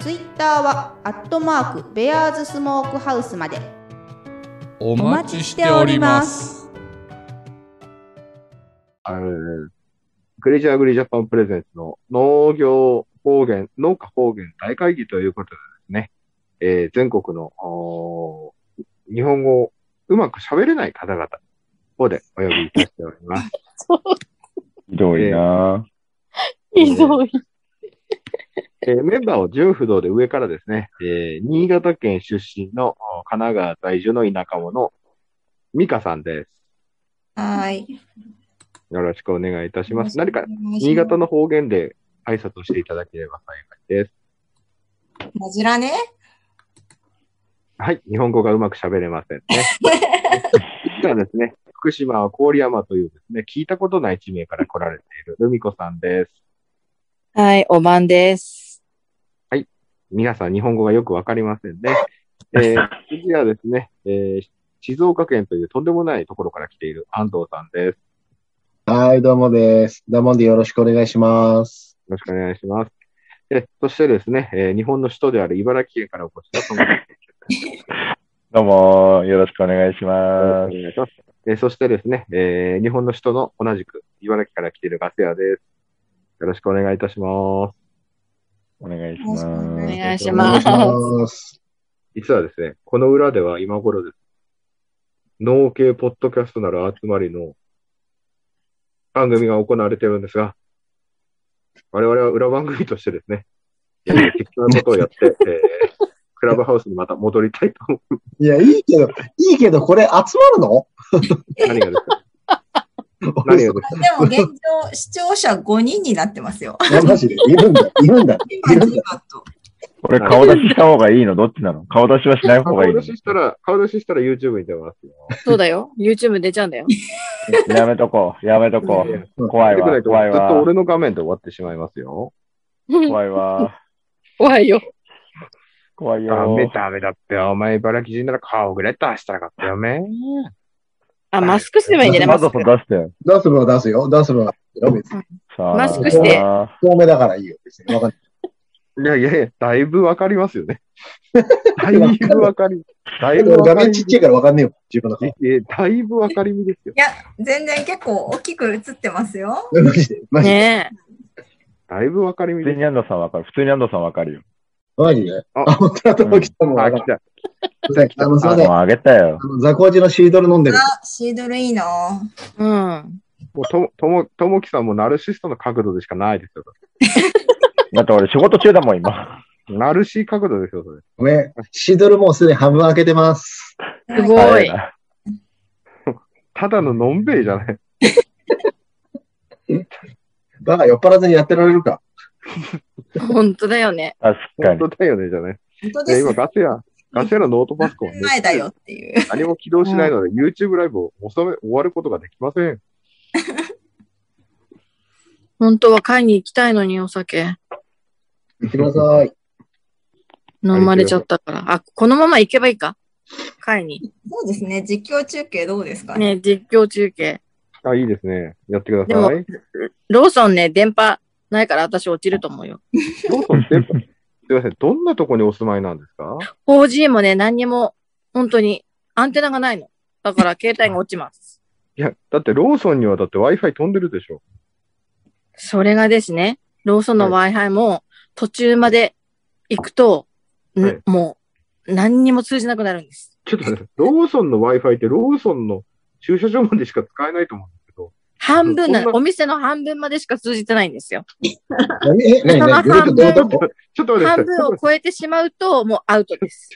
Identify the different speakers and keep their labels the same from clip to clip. Speaker 1: すツイッターはアットマークベアーズスモークハウスまで
Speaker 2: お
Speaker 1: 待ちしております
Speaker 3: あのねグレジャーグリジャパンプレゼンツの農業方言、農家方言大会議ということでですね、えー全国のおー日本語をうまく喋れない方々をでお呼びいたしており ます。
Speaker 4: ひどいな
Speaker 5: ひどい。
Speaker 3: えーメンバーを重不動で上からですね、えー新潟県出身のお神奈川在住の田舎者、美香さんです。
Speaker 6: はい。
Speaker 3: よろしくお願いいたします。
Speaker 6: よ
Speaker 3: 何
Speaker 6: ろしく
Speaker 3: か
Speaker 6: お願いします
Speaker 3: 新潟の方言で挨拶をしていただければ幸いです。
Speaker 6: なじらね。
Speaker 3: はい、日本語がうまく喋れませんね。実はですね、福島は郡山というですね、聞いたことない地名から来られているルミ子さんです。
Speaker 5: はい、おまんです。
Speaker 3: 皆さん日本語がよくわかりませんね。えー、次はですね、えー静岡県というとんでもないところから来ている安藤さんです。よ
Speaker 7: はい、どうもです。どうもでよろしくお願いします。
Speaker 3: ろしくお願いします。えそしてですね、えー日本の首都である茨城県からお越しの友達
Speaker 4: どうも、よろしくお願いし
Speaker 3: お
Speaker 4: ます。
Speaker 3: 願いします。えーそしてですね、えー日本の首都の同じく茨城から来ているガス屋です。よろしくお願いいたします。
Speaker 4: お願いしま
Speaker 6: お
Speaker 5: お
Speaker 4: す。
Speaker 5: 願いします。
Speaker 7: お願いします。
Speaker 3: 実はですね、この裏では今頃です。農系ポッドキャストなる集まりの番組が行われているんですが、我々は裏番組としてですね、えー適当なことをや って、えークラブハウスにまた戻りたいと思う。
Speaker 7: いや、いいけど、いいけど、これ集まるの
Speaker 3: 何がですか何がですか
Speaker 6: でも現状、視聴者5人になってます よ。
Speaker 7: いやマジで、いるんだ、いるんだ。
Speaker 6: 今、
Speaker 7: いるん
Speaker 6: 2
Speaker 7: だ。
Speaker 6: 番と。
Speaker 4: これ顔出しした方がいいのどっちなの顔出しはしない方が
Speaker 3: 顔
Speaker 4: いいの
Speaker 3: 出ししたら、顔出ししたら YouTube に出ますよ。
Speaker 5: そうだよ。YouTube 出ちゃうんだよ。
Speaker 4: やめとこう、やめとこ
Speaker 3: いやいや
Speaker 4: う。怖い
Speaker 3: 出てくな
Speaker 4: わ、
Speaker 3: いと
Speaker 4: 怖い
Speaker 3: ずっと俺
Speaker 4: わ、
Speaker 3: の画面で終わってしまいますよ。
Speaker 4: 怖いわ、
Speaker 5: 怖いよ。
Speaker 4: 怖い
Speaker 3: ダ
Speaker 4: よ
Speaker 3: メ。ダメだって、お前茨城人なら顔ぐらい出したらかったよね。
Speaker 5: あ、マスクすればいいんだね、
Speaker 4: わ
Speaker 5: マス
Speaker 4: ざ
Speaker 5: ク
Speaker 4: と。出してよ。
Speaker 7: 出す分は出すよ。出す分は出すよ。別に。
Speaker 4: さあ
Speaker 5: マス
Speaker 7: クして
Speaker 4: さあ
Speaker 7: 透明だからいいよ。別に。わかんない
Speaker 3: いやいやいや、だいぶわかりますよ ね。だいぶわかり、だいぶわ
Speaker 7: 画
Speaker 3: かり
Speaker 7: 面ちっちゃいからわかんねえよ。自分の顔。
Speaker 3: えだいぶわかりみですよ。
Speaker 6: いや、全然結構大きく映ってますよ。
Speaker 7: マジで、マジで。
Speaker 5: ねえ。
Speaker 3: だいぶわかりみ
Speaker 4: 普通
Speaker 3: です。
Speaker 4: に安藤さんわかる。普通に安藤さんわかるよ。
Speaker 7: マジで。
Speaker 3: あ
Speaker 7: あ、本当だと思う。来たもん。
Speaker 3: あ、
Speaker 7: わか
Speaker 3: 来た。
Speaker 7: るあの、すい
Speaker 4: あ、も
Speaker 7: ませ。
Speaker 4: うんあげたよ。
Speaker 7: あのザコージのシードル飲んでる。
Speaker 6: あ、シードルいいな
Speaker 5: うん。
Speaker 3: もうと、とも、ともきさんもナルシストの角度でしかないですよ。
Speaker 4: だって俺仕事中だもん、今。
Speaker 3: ナルシー角度ですよ、それ。
Speaker 7: ごめん。シードルもうすでに半分開けてます。
Speaker 5: すごい。
Speaker 3: ただののんべいじゃない。
Speaker 7: バカ酔っ払わずにやってられるか。
Speaker 5: 本当だよね。
Speaker 4: 確か
Speaker 3: 本
Speaker 4: に。
Speaker 3: 当だよね、じゃない。
Speaker 6: 本当
Speaker 3: い
Speaker 6: で
Speaker 3: や
Speaker 6: す
Speaker 3: 今、。ガスや、ガスやのノートパソコンね
Speaker 6: 前だよっていう。
Speaker 3: 何も起動しないので、YouTube ライブを収め、終わることができません。
Speaker 5: 本当は買いに行きたいのに、お酒。
Speaker 7: 行ってください。
Speaker 5: 飲まれちゃったから。あ、このまま行けばいいか買いに。
Speaker 6: そうですね。実況中継どうですかね。
Speaker 5: ね、実況中継。
Speaker 3: あ、いいですね。やってくだ
Speaker 5: でも
Speaker 3: さい。
Speaker 5: ローソンね、電波ないから私落ちると思うよ。
Speaker 3: ローソンって、すいません、どんなとこにお住まいなんですか
Speaker 5: 4G もね、何にも、本当に、アンテナがないの。だから、携帯が落ちます。
Speaker 3: いや、だってローソンにはだって Wi-Fi 飛んでるでしょ。
Speaker 5: それがですね、ローソンの Wi-Fi も、途中まで行くと、ん
Speaker 3: はい
Speaker 5: もう、何にも通じなくなるんです。
Speaker 3: ちょっと待って、ローソンの Wi-Fi ってローソンの駐車場までしか使えないと思うんですけど、
Speaker 5: 半分なの
Speaker 3: そんな
Speaker 5: お店の半分までしか通じてないんですよ。
Speaker 7: え、え、何、何、どういうことどういうこと
Speaker 3: ちょっと待ってくだ
Speaker 5: 半
Speaker 3: さい。ち
Speaker 5: 分
Speaker 3: ょ
Speaker 5: を
Speaker 3: っと
Speaker 5: 超えてしまうと、もうアウトです。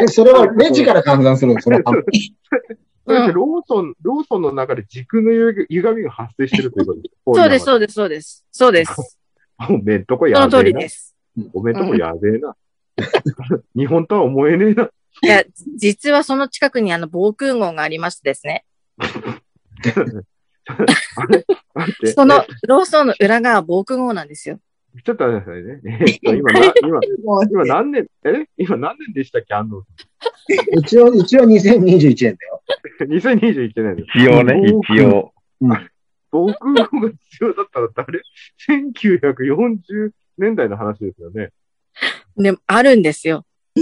Speaker 7: え、それはレジから換算するのその半分
Speaker 3: それって
Speaker 5: うん
Speaker 3: ローソン、ローソンの中で軸のゆ歪みが発生してるということです。
Speaker 5: そうです、
Speaker 3: う
Speaker 5: そうです、そうです。そうです。
Speaker 3: です。もうめんとこ
Speaker 5: そ
Speaker 3: や
Speaker 5: の
Speaker 3: べ
Speaker 5: 通
Speaker 3: え
Speaker 5: り
Speaker 3: な
Speaker 5: で。す。
Speaker 3: おめんともやべえな。 日本とは思えねえな。
Speaker 5: いや、実はその近くにあの防空壕がありましてですね。
Speaker 3: あれあれって、
Speaker 5: そのローソンの裏側は防空壕なんですよ。
Speaker 3: ちょっと待ってくださいね。えっと、今な、 今、
Speaker 6: もう
Speaker 3: 今何年、え今何年でしたっけあの、
Speaker 7: 一応、一応2021年だよ。
Speaker 3: 2021年です。
Speaker 4: 一応ね、一応。
Speaker 3: 防空壕が必要だったら誰 ?1940 年代の話ですよね。
Speaker 5: でも、あるんですよ。
Speaker 7: う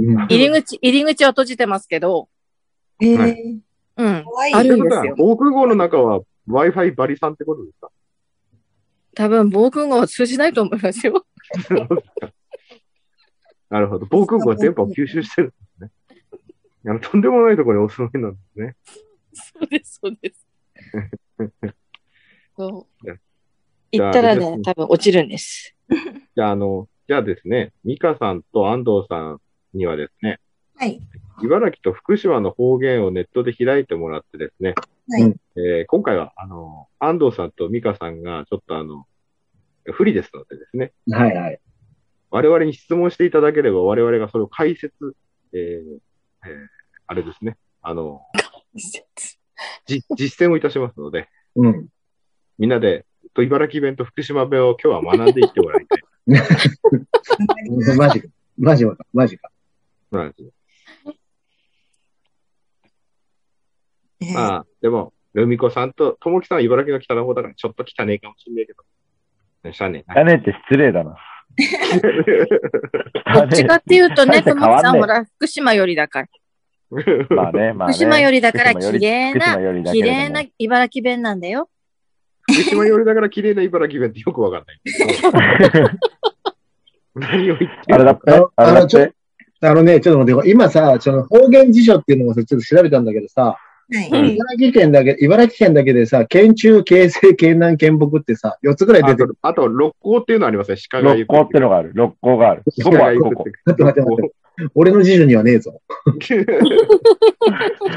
Speaker 7: ん
Speaker 5: 入り口、入り口は閉じてますけど、
Speaker 6: えー
Speaker 3: は
Speaker 5: うん、
Speaker 6: 怖い
Speaker 5: あるん
Speaker 3: というこ
Speaker 5: で
Speaker 3: とは
Speaker 5: すよ。
Speaker 3: 防空壕の中は Wi-Fi バリさんってことですか
Speaker 5: 多分防空壕は通じないと思います よ。
Speaker 3: なるほど。防空壕は電波を吸収してるん ですね。あの、とんでもないところにお住まいなんですね。
Speaker 5: そうです、そうです。そう
Speaker 3: じゃあ。
Speaker 5: 行ったら
Speaker 3: じゃあ
Speaker 5: ね、多分落ちるんです。
Speaker 3: じゃあ、あの、じゃあですね、ミカさんと安藤さんにはですね、
Speaker 6: はい。
Speaker 3: 茨城と福島の方言をネットで開いてもらってですね、
Speaker 6: はい
Speaker 3: えー今回は、あの、安藤さんとミカさんがちょっとあの、不利ですのでですね、
Speaker 7: はいはい。
Speaker 3: 我々に質問していただければ、我々がそれを解説、えーえーあれですね、あの、じ 実践をいたしますので、
Speaker 7: うん。
Speaker 3: みんなで、と茨城弁と福島弁を今日は学んでいってもらい たい。
Speaker 7: マジか。マジか。マジか。
Speaker 3: そうなんですよ
Speaker 6: えー
Speaker 3: まあ、でも、ルミ子さんと、ともきさんは茨城の北の方だから、ちょっと汚ねえかもしんないけど。ねしゃあねえ
Speaker 4: 汚ねって失礼だな。
Speaker 5: どっちかっていうとね、
Speaker 4: 大して
Speaker 5: と
Speaker 4: 変
Speaker 5: もき
Speaker 4: わんねえ
Speaker 5: さんほら、福島よりだ から。
Speaker 4: まあね、まあ
Speaker 5: 福
Speaker 4: ね。
Speaker 5: 島よりだから
Speaker 4: 福島より
Speaker 5: 綺麗な
Speaker 4: 福島よりだけ
Speaker 5: 綺
Speaker 4: れども
Speaker 5: 麗な茨城弁なんだよ。
Speaker 3: 福島寄りだから綺麗な茨城弁ってよくわかんない。何を言って
Speaker 4: あれ
Speaker 3: る
Speaker 4: だって、あれだっ
Speaker 7: ちょ
Speaker 4: て。
Speaker 7: あのね、ちょっと待ってよ、今さ、その方言辞書っていうのをさちょっと調べたんだけどさ、
Speaker 6: はい。
Speaker 7: 茨城県だけ、茨城県だけでさ、県中、県西、県南、県北ってさ、4つぐらい出
Speaker 3: あ
Speaker 7: て
Speaker 3: と
Speaker 7: くる。、
Speaker 3: あと、六甲っていうのありますね。鹿が
Speaker 4: 六
Speaker 3: 行く。
Speaker 4: 甲ってのがある。六甲がある。ここはここ。
Speaker 7: って待って待俺の辞書にはねえぞ。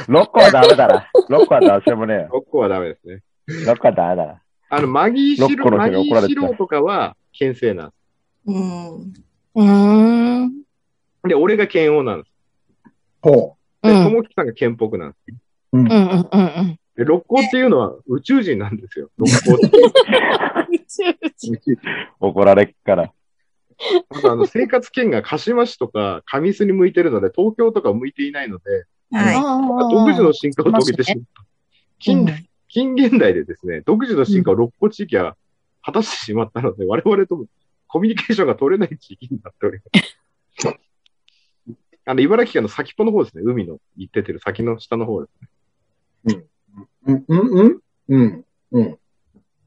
Speaker 4: 六甲はダメだな。六甲はどうしようもねえよ。
Speaker 3: 六甲はダメですね。
Speaker 4: 六甲はダメだな。
Speaker 3: あの、マギーシ
Speaker 4: 六
Speaker 3: ロ
Speaker 4: 甲の
Speaker 3: マ
Speaker 4: 人
Speaker 3: ギ
Speaker 4: が怒ら
Speaker 3: ー
Speaker 4: れ
Speaker 3: シ
Speaker 4: てた
Speaker 3: ロとかは、県制なんで
Speaker 6: うん。
Speaker 5: うーん。
Speaker 3: す。で、俺が県央なんです。
Speaker 7: ほ
Speaker 5: う
Speaker 3: で、
Speaker 5: ん
Speaker 3: ともきさんが県北なんです。
Speaker 5: うんうんうんうん。
Speaker 3: で、六甲っていうのは宇宙人なんですよ。 六甲って。
Speaker 4: 怒られっから。
Speaker 3: あとあの生活圏が鹿島市とか上市に向いてるので、東京とか向いていないので、
Speaker 6: はい。
Speaker 3: 独自の進化を遂げてしまった。近
Speaker 5: うん
Speaker 3: 代近現代でですね、独自の進化を六個地域は果たしてしまったので、我々ともコミュニケーションが取れない地域になっており ます。あの、茨城県の先っぽの方ですね、海の行っててる先の下の方です。
Speaker 7: う。うん、うん、うん。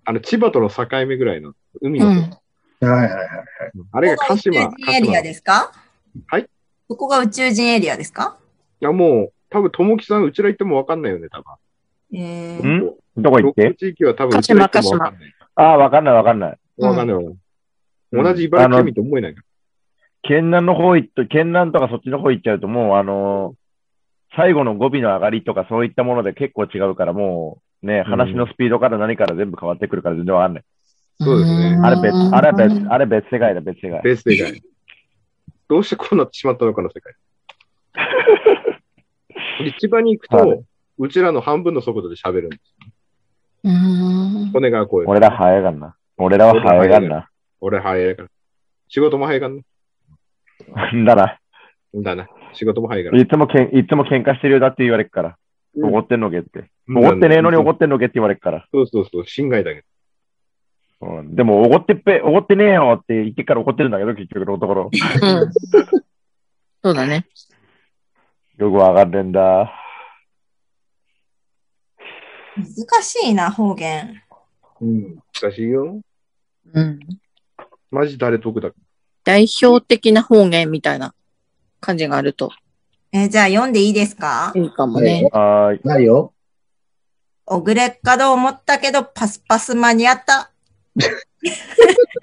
Speaker 3: あの、千葉との境目ぐらいの海
Speaker 5: う
Speaker 3: の、
Speaker 5: ん。
Speaker 7: うん。はいはいはい。
Speaker 3: あれが鹿島
Speaker 6: ここが宇、宙人エリア
Speaker 3: い
Speaker 6: ですか
Speaker 3: はい。
Speaker 6: ここが宇宙人エリアですか
Speaker 3: や、もう、多分、ともきさん、うちら行ってもわかんないよね、多分。
Speaker 6: え
Speaker 4: ん
Speaker 6: ー、
Speaker 4: どこ行っ
Speaker 3: 六
Speaker 4: て
Speaker 3: 個地域は多分、うちら行ってもわかんない。
Speaker 4: ああ、わかんないわかんない。
Speaker 3: わかんないわかんない。
Speaker 4: うん
Speaker 3: 同じ茨城県民と思えないか
Speaker 4: 県南の方行っと、県南とかそっちの方行っちゃうともう、あのー最後の語尾の上がりとかそういったもので結構違うから、もう、ね、話のスピードから何から全部変わってくるから全然わかんない。
Speaker 3: そうですね
Speaker 4: あれ別、あれ別、あれ別世界だ、別世界
Speaker 3: ら。。別世界。どうしてこうなってしまったのかの世 界。市場に行く
Speaker 4: は
Speaker 3: と、うちらの半分の速度で喋るんです。
Speaker 5: うーん。
Speaker 3: 骨がこういう。
Speaker 4: 俺ら早いがんな。俺らは早いがんな。
Speaker 3: 俺早いから。仕事も早いからね。
Speaker 4: だ な。
Speaker 3: だな。仕事も早いから。
Speaker 4: いつもけん、いつも喧嘩してるよだって言われっから。
Speaker 3: うん
Speaker 4: 怒ってんのけって。怒ってねえのに怒
Speaker 3: っ
Speaker 4: ってんのけって言われっから。
Speaker 3: そうそうそう。心外だけ
Speaker 4: うん、でも、怒ってっぺ、怒ってねえよって言ってっから怒ってるんだけど、結局のとこ
Speaker 5: う
Speaker 4: ろ。
Speaker 5: んそうだね。
Speaker 4: よくわかんねえんだ。
Speaker 6: 難しいな、方言。
Speaker 7: うん。
Speaker 3: ど。難しいよ。
Speaker 5: うん。
Speaker 3: マジ誰得だ。
Speaker 5: 代表的な方言みたいな感じがあると
Speaker 6: えーじゃあ読んでいいですか
Speaker 5: いいかも
Speaker 7: は
Speaker 5: ね
Speaker 7: い。。
Speaker 4: はーい。
Speaker 7: ないよ。
Speaker 6: おぐれっかと思ったけど、パスパス間に合った。
Speaker 4: ちょっ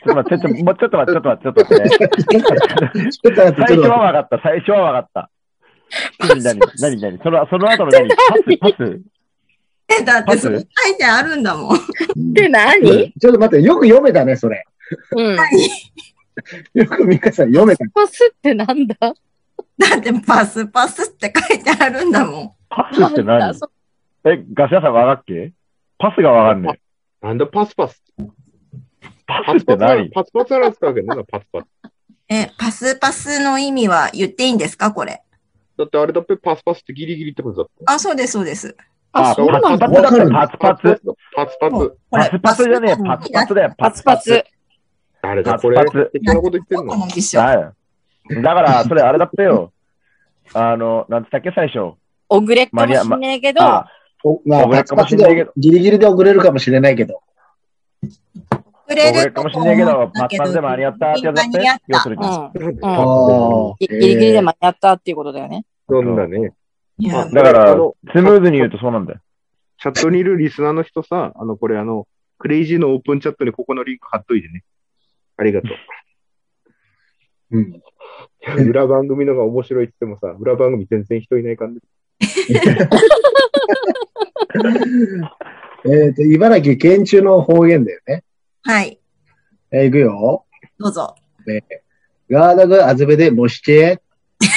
Speaker 4: と待って、ちょっともうちょっと待って、ちょっと待って、ちょっ と待ってね。
Speaker 7: ちょっと待って、ち
Speaker 4: 最
Speaker 7: ょっ
Speaker 4: 初
Speaker 7: と
Speaker 4: は
Speaker 7: 待
Speaker 4: わかった、最初はわかった。何、何、何、何、その、その後の何パス、パス。
Speaker 6: え、だってそ
Speaker 4: パ
Speaker 6: れ
Speaker 4: ス
Speaker 6: 書いてあるんだもん。
Speaker 5: で、
Speaker 7: って。
Speaker 5: 何
Speaker 7: ちょっと待って、よく読めたね、それ。
Speaker 5: うん。
Speaker 6: はい
Speaker 7: よくミカさん読めた。
Speaker 5: パスってなんだ
Speaker 6: だってパスパスって書いてあるんだもん。
Speaker 4: パスって
Speaker 5: な
Speaker 4: 何
Speaker 5: んだそ
Speaker 4: え、ガシャさんわかっけパスがわかんねえ。
Speaker 3: なんだパスパス。
Speaker 4: パ
Speaker 3: パ
Speaker 4: スっ
Speaker 3: スパス
Speaker 4: て
Speaker 3: なら
Speaker 4: 何
Speaker 3: パスパスなら使うけどな、 パスパス。
Speaker 6: え、パスパスの意味は言っていいんですかこれ。
Speaker 3: だってあれだっぺパスパスってギリギリってことだった。
Speaker 6: あ、そうです、そうです。
Speaker 5: あ、
Speaker 4: あ、
Speaker 5: そう
Speaker 4: パ
Speaker 5: なん
Speaker 4: ツ
Speaker 5: だ。
Speaker 4: パ
Speaker 7: わか
Speaker 4: ツ
Speaker 7: る
Speaker 4: だってパツパツ。
Speaker 3: パツパ
Speaker 6: も
Speaker 3: ツ
Speaker 6: う。こ
Speaker 4: パ
Speaker 6: れ
Speaker 4: ツパツじゃねえ、パツパツだよ、
Speaker 5: パツパツ。
Speaker 3: 誰
Speaker 4: パ
Speaker 3: だ
Speaker 4: ツ
Speaker 3: これ。
Speaker 4: パツ
Speaker 3: 適当なこと言ってん
Speaker 6: こ
Speaker 3: の
Speaker 6: の辞書。
Speaker 4: だよ。だから、それあれだったよ。あの、なんつったっけ、最初。
Speaker 5: おぐれっかもしんねえけど、
Speaker 4: あ、
Speaker 7: おまあ、
Speaker 4: 遅れ
Speaker 7: パ
Speaker 4: る
Speaker 7: ツ
Speaker 4: かも
Speaker 7: パ
Speaker 4: し
Speaker 7: ツ
Speaker 4: んないけ
Speaker 7: で
Speaker 4: ど
Speaker 7: ギリギリで遅れるかもしれないけど。
Speaker 6: く
Speaker 4: 遅
Speaker 6: れ
Speaker 4: れ
Speaker 6: る
Speaker 4: るかもしんないけど、パツパツで間
Speaker 6: 間
Speaker 4: に
Speaker 6: に合
Speaker 4: 合ったってやつだって。要するに
Speaker 5: う。ん。あ
Speaker 7: あ
Speaker 5: ギリギリで間に合ったっていうことだよね。
Speaker 3: そんなね。
Speaker 6: いや
Speaker 3: あ
Speaker 4: だから
Speaker 3: あの、
Speaker 4: スムーズに言うとそうなんだよ。
Speaker 3: チャットにいるリスナーの人さ、あの、これあの、クレイジーのオープンチャットにここのリンク貼っといてね。ありがと
Speaker 7: うん。
Speaker 3: う。裏番組のが面白いって言ってもさ、裏番組全然人いない感じ。
Speaker 7: えっと、茨城県中の方言だよね。
Speaker 6: はい、
Speaker 7: えー、いくよ。
Speaker 6: どうぞ。
Speaker 7: ガーダグアズベでもして。
Speaker 4: ち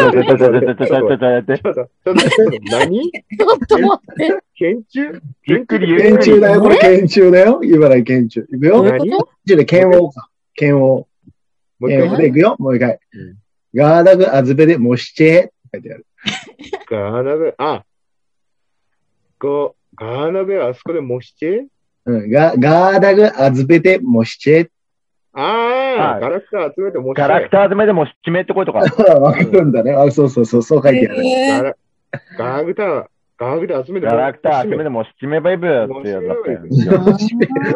Speaker 4: ょちょちょちょちょちょちょちょやって。
Speaker 3: ただ、ただ、何
Speaker 5: ちょっと待って。
Speaker 3: 研究
Speaker 4: ゆっくりゆっ
Speaker 7: 県
Speaker 4: く
Speaker 7: 中
Speaker 4: り。
Speaker 7: だよ、これ県中だよ。茨城県中。いく
Speaker 5: ど
Speaker 7: よ。
Speaker 5: う
Speaker 7: 県
Speaker 5: いうこ
Speaker 3: 何
Speaker 5: と
Speaker 7: 中で県王か。県王。
Speaker 3: もう
Speaker 7: え
Speaker 3: 一
Speaker 7: ー
Speaker 3: 回。
Speaker 7: でいくよ、もう一回
Speaker 3: うん。
Speaker 7: ガーダグアズベでもして。書いてある。
Speaker 3: ガーナベ、あ、こう、ガーナベ、あそこで模して
Speaker 7: うん。ガガーダグアズベでもして。
Speaker 3: あ
Speaker 4: は
Speaker 3: あ、
Speaker 4: い
Speaker 3: ガラクター集めて模して。
Speaker 4: ガラクター集めでも指名ってこいとか。
Speaker 7: わかるんだね。あ、そうそうそう、そう書いてある。
Speaker 3: ガ
Speaker 6: えー
Speaker 3: ラガーグター、ガーグター集めて
Speaker 4: ガラクター集めでも指名バイブってやつだったよ。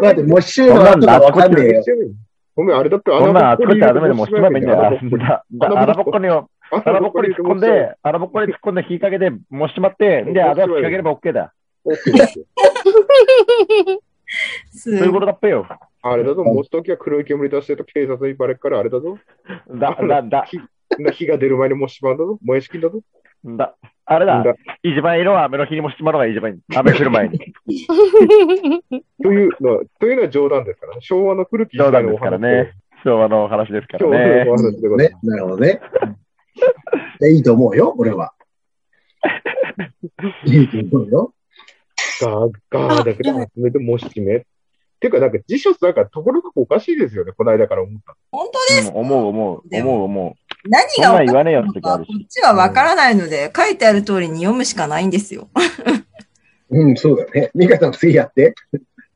Speaker 7: 待って、もしの後がわかんねえよ。
Speaker 3: ごめん、あれだって、
Speaker 4: そんなんあ
Speaker 3: 穴
Speaker 4: ち
Speaker 3: ぼ
Speaker 4: こ
Speaker 3: っ
Speaker 4: ち
Speaker 3: に
Speaker 4: 集めでも指名ばいいんだよ。
Speaker 3: 穴ぼっこに
Speaker 4: ああ穴ぼっこによ。穴ぼっこに突っ込ん で、穴ぼっこに突っ込んで引っ掛けて、もうしまって、で、あとは引っ掛ければ OK だ。
Speaker 3: オッケーですよ
Speaker 6: す
Speaker 4: そういうことだっぺよ。
Speaker 3: あれだぞ、持つときは黒い煙出してると警察にバレるから、あれだぞ。
Speaker 4: だ、だ、だ、
Speaker 3: な火が出る前にもしまうんだぞ。燃えしきんだぞ。
Speaker 4: だ。あれだ。一番いいのは雨の日にもしまうのが一番いい。雨降る前 に。
Speaker 3: というのは、というのは冗談ですからね。昭和の古き
Speaker 4: 冗
Speaker 3: 時代
Speaker 4: 談
Speaker 3: の
Speaker 4: で
Speaker 3: お
Speaker 4: すから
Speaker 3: 話。
Speaker 4: ね。昭和のお話ですか
Speaker 3: 今日
Speaker 4: らね
Speaker 3: のお。話でござい
Speaker 7: ね、なるほどね。でいいと思うよ、俺は。いいと思うよ。
Speaker 3: ます。ガーガーだけで集めて模式ね。っていうか、なんか辞書なんかところがおかしいですよね。この間から思った。
Speaker 6: 本当です。
Speaker 4: 思う思う。思う思う。
Speaker 6: 何
Speaker 4: そんなん
Speaker 6: が分
Speaker 4: 言
Speaker 6: かっ
Speaker 4: わねえよ
Speaker 6: た
Speaker 4: って
Speaker 6: の
Speaker 4: 時あ
Speaker 6: か、
Speaker 4: る
Speaker 6: こ
Speaker 4: し。
Speaker 6: っちは分からないので、書いてある通りに読むしかないんですよ。
Speaker 7: うん、そうだね。ミカさん次やって。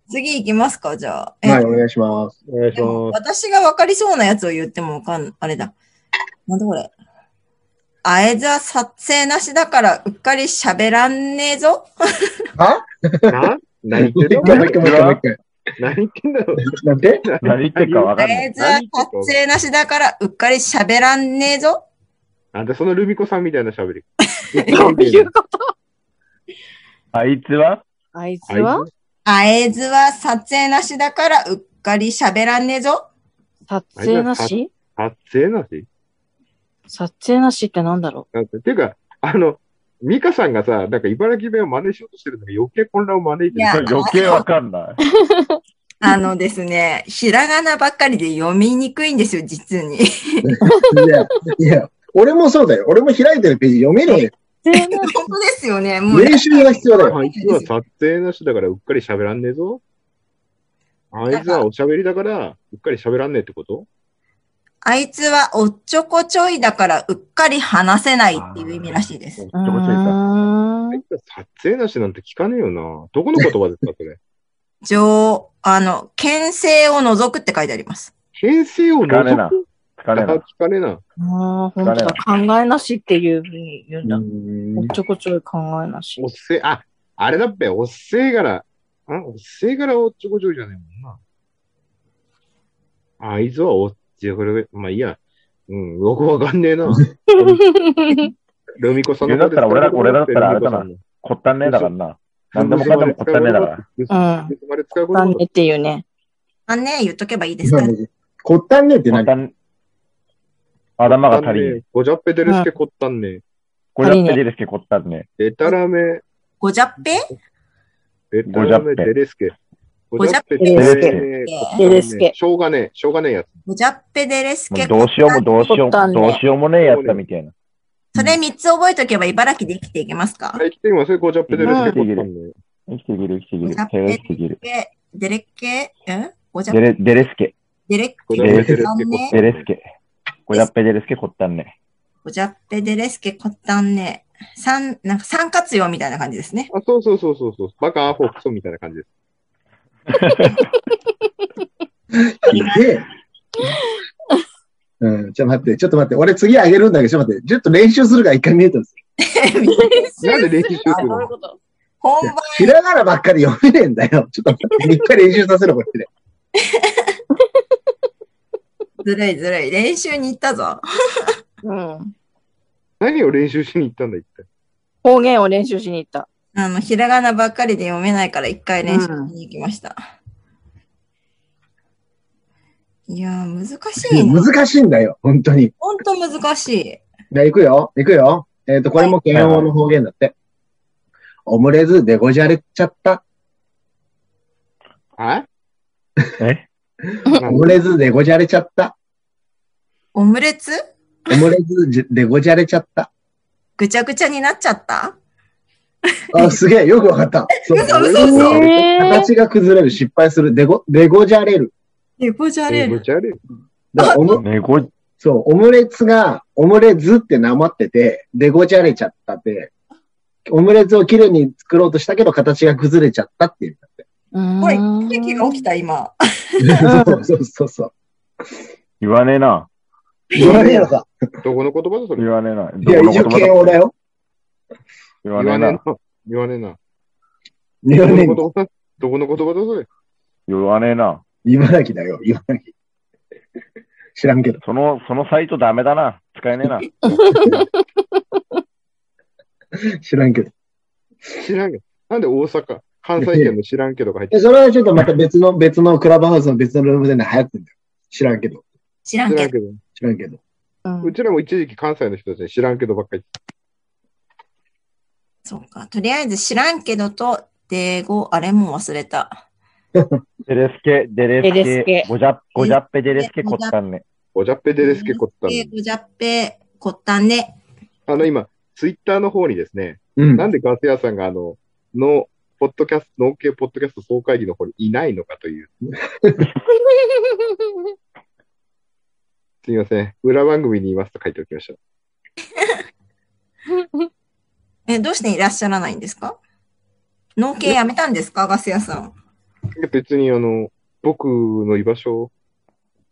Speaker 6: 次行きますか、じゃあ。え
Speaker 7: はい、お願いします。
Speaker 3: お願いし
Speaker 6: でも
Speaker 3: ます。
Speaker 6: 私が分かりそうなやつを言ってもわかん、あれだ。なんだこれ。あえずは撮影なしだから、うっかり喋らんねえぞ。
Speaker 7: は
Speaker 3: な何言って ん
Speaker 7: もう一回、も
Speaker 3: だ
Speaker 7: う一回、もう一回もう一回。
Speaker 3: 何言ってんだろう
Speaker 7: なんて
Speaker 4: 何言ってるかわ
Speaker 6: あ
Speaker 4: かんな
Speaker 6: え
Speaker 4: い。
Speaker 6: ずは撮影なしだから、うっかり喋らんねえぞ。
Speaker 3: なんでそのルミコさんみたいな喋り。
Speaker 5: どういうこと
Speaker 4: あいつは
Speaker 5: あいつは
Speaker 6: あえずは撮影なしだから、うっかり喋らんねえぞ。
Speaker 5: 撮影なし
Speaker 3: 発生なし
Speaker 5: 撮影なしってなんだろ
Speaker 3: なんか、ていうか、あの、ミカさんがさ、なんか茨城弁を真似しようとしてるのが余計混乱を招いて
Speaker 6: いや
Speaker 3: る。
Speaker 4: 余計わかんない。
Speaker 6: あのです ね、ひらがなばっかりで読みにくいんですよ、実に。
Speaker 7: いや、いや、俺もそうだよ。俺も開いてるページ読めるよ。
Speaker 5: う。撮影なし
Speaker 6: 本当ですよね、もうね。
Speaker 7: 練習が必要だよ。
Speaker 3: あいつは撮影なしだからうっかり喋らんねえぞ。あいつはおしゃべりだからうっかり喋らんねえってこと
Speaker 6: あいつはおっちょこちょいだから、うっかり話せないっていう意味らしいで
Speaker 3: ちょ
Speaker 6: す。
Speaker 3: こちょいさ。あいつは撮影なしなんて聞かねえよな。どこの言葉ですか、そ れ。
Speaker 6: 上、あの、牽制を除くって書いてあります。
Speaker 3: 編成を除
Speaker 4: 聞かねえな
Speaker 3: く
Speaker 4: 疲れ
Speaker 3: あ
Speaker 4: ない。
Speaker 3: 聞かねえな。
Speaker 5: ああ、本当だ。考えなしっていうふうに言うんだ。おっちょこちょい考えなし
Speaker 3: おっ。せえ、あ、あれだっぺ、おっせえから、んおっせえからおっちょこちょいじゃねえもんな。あいつはおっちょこちょい、まあいいや。うん、よくわかんねえな。ルミコさんの方ですか
Speaker 4: いやだったら俺ら俺らだったらあれだな
Speaker 3: ルミ
Speaker 4: こったんねえだからな。なんでもかんでもこったんねえだから。
Speaker 3: コ
Speaker 5: う
Speaker 3: さんの。
Speaker 5: ん。
Speaker 3: 盗まれ使うこと
Speaker 5: 残
Speaker 3: だ
Speaker 5: 念っていうね。
Speaker 6: あね、言っとけばいいですか
Speaker 7: こったんねえって
Speaker 4: こっ
Speaker 7: 何
Speaker 4: たん頭が足りん。
Speaker 3: ごじゃっぺてるすけこったんね。
Speaker 4: これだってデレスケこったんね。
Speaker 3: でたらめ、
Speaker 6: ごじゃっぺ
Speaker 3: でたらめてれすけ。
Speaker 8: ほじゃっぺ
Speaker 6: ほ
Speaker 5: じゃ
Speaker 6: っぺ
Speaker 8: て
Speaker 5: デレスケ
Speaker 8: しょうがねえ、しょうがねえやつ。
Speaker 6: ごじゃっぺでレス
Speaker 4: も
Speaker 6: ケ
Speaker 4: う。どうしようもどうしよう
Speaker 5: 凝った
Speaker 4: も、
Speaker 5: んで
Speaker 4: どうしようもねえやったみたいな。
Speaker 6: それ3つ覚えとけば茨城で生きていけますか
Speaker 8: あ、生きていますね、ごじゃっぺでレスケ
Speaker 4: うん
Speaker 8: こったんで
Speaker 4: 生きていける、生きていける。
Speaker 6: だって
Speaker 4: 手が生きていける。
Speaker 6: えデレッケんごじゃっ
Speaker 4: デレ、デレスケ。
Speaker 6: デレッ
Speaker 8: ご
Speaker 6: ケ
Speaker 8: じゃっぺでレスケこったんで
Speaker 4: デレスケ。こじゃっぺデレスケこったんね。
Speaker 6: ごじゃっぺデレスケこったんね。三、なんか三活用みたいな感じですね。
Speaker 8: あ、そうそうそうそうそう。バカアホクソみたいな感じです。
Speaker 7: で、 うん、ちょっと待って、ちょっと待って、俺次あげるんだけど、ちょっと待って、ちょっと練習するから一回見えたんですよ。
Speaker 8: なんで練習する
Speaker 5: どういう
Speaker 8: の
Speaker 5: こと
Speaker 6: 本
Speaker 7: い
Speaker 6: 番
Speaker 7: やひらがなばっかり読めねえんだよ。ちょっと待って、一回練習させろ、こっちで。
Speaker 6: ずるいずるい。練習に行ったぞ。
Speaker 5: うん。
Speaker 8: 何を練習しに行ったんだ、一体。
Speaker 5: 方言を練習しに行った。
Speaker 6: あの、ひらがなばっかりで読めないから一回練習しに行きました。いやー、難しいな。
Speaker 7: 難しいんだよ、本当に。
Speaker 6: ほんと難しい。
Speaker 7: じゃあ行くよ、行くよ。えっ、と、これも慶応の方言だって。オムレズでごじゃれちゃった。
Speaker 8: あ
Speaker 4: え
Speaker 7: オムレズでごじゃれちゃった。
Speaker 6: オムレツ
Speaker 7: オムレズでごじゃれちゃった。
Speaker 6: ぐちゃぐちゃになっちゃった
Speaker 7: あ、すげえ、よくわかった。そう
Speaker 6: 嘘嘘
Speaker 7: オムレズで
Speaker 5: えー、
Speaker 7: 形が崩れる、失敗する、でご、でごじゃれる。
Speaker 6: え、ごじゃれ
Speaker 8: め
Speaker 6: る。
Speaker 8: ちゃあれ。
Speaker 7: だからオム
Speaker 4: ねご、
Speaker 7: そう、オムレツが、オムレズってなまってて、でごちゃれちゃったって、オムレツをきれいに作ろうとしたけど、形が崩れちゃったっていう。
Speaker 6: これ、
Speaker 5: うん
Speaker 6: 奇跡が起きた、今。
Speaker 7: そうそうそうそう。
Speaker 4: 言わねえな。
Speaker 7: 言わねえのか。
Speaker 8: どこの言葉だ、それ
Speaker 4: 言。わねえな。
Speaker 7: いや、一応慶応だよ。
Speaker 4: 言わ
Speaker 8: 言
Speaker 4: ねえ
Speaker 8: わねえ
Speaker 4: な
Speaker 8: な。。言わねえな。
Speaker 7: 言わねえの
Speaker 8: どこの言葉だどこの言葉だ、それ。
Speaker 4: 言わねえな。
Speaker 7: 茨城だよ、茨城。知らんけど。
Speaker 4: その、そのサイトダメだな。使えねえな。
Speaker 7: 知らんけど。
Speaker 8: 知らんけど。なんで大阪、関西圏の知らんけどが入って
Speaker 7: で、それはちょっとまた別の、別のクラブハウスの別のルームでね、流行ってんだよ。知らんけど。
Speaker 6: 知ら
Speaker 8: る
Speaker 6: ん
Speaker 8: 知
Speaker 6: け
Speaker 8: らん
Speaker 6: ど。
Speaker 8: けど。
Speaker 7: 知らんけど。
Speaker 5: うん
Speaker 8: うちらも一時期関西の人たちに知らんけどばっかり
Speaker 6: そうか。とりあえず知らんけどと、でご、あれも忘れた。
Speaker 4: デレスケ、デレ
Speaker 5: デレ
Speaker 4: ス
Speaker 5: スケ
Speaker 4: ケ、ごじゃ、ごじゃっぺデレスケこったんね。
Speaker 8: おじゃっぺデレスケこった
Speaker 6: え、ごじゃっぺ、こったね。
Speaker 8: あの、今、ツイッターの方にですね、
Speaker 7: うん。
Speaker 8: なんでガス屋さんがあの、の、ポッドキャスト、農系ポッドキャスト総会議の方にいないのかという。すみません。裏番組にいますと書いておきました。
Speaker 6: え、どうしていらっしゃらないんですか農系やめたんですかガス屋さん。
Speaker 8: いや別にあの、僕の居場所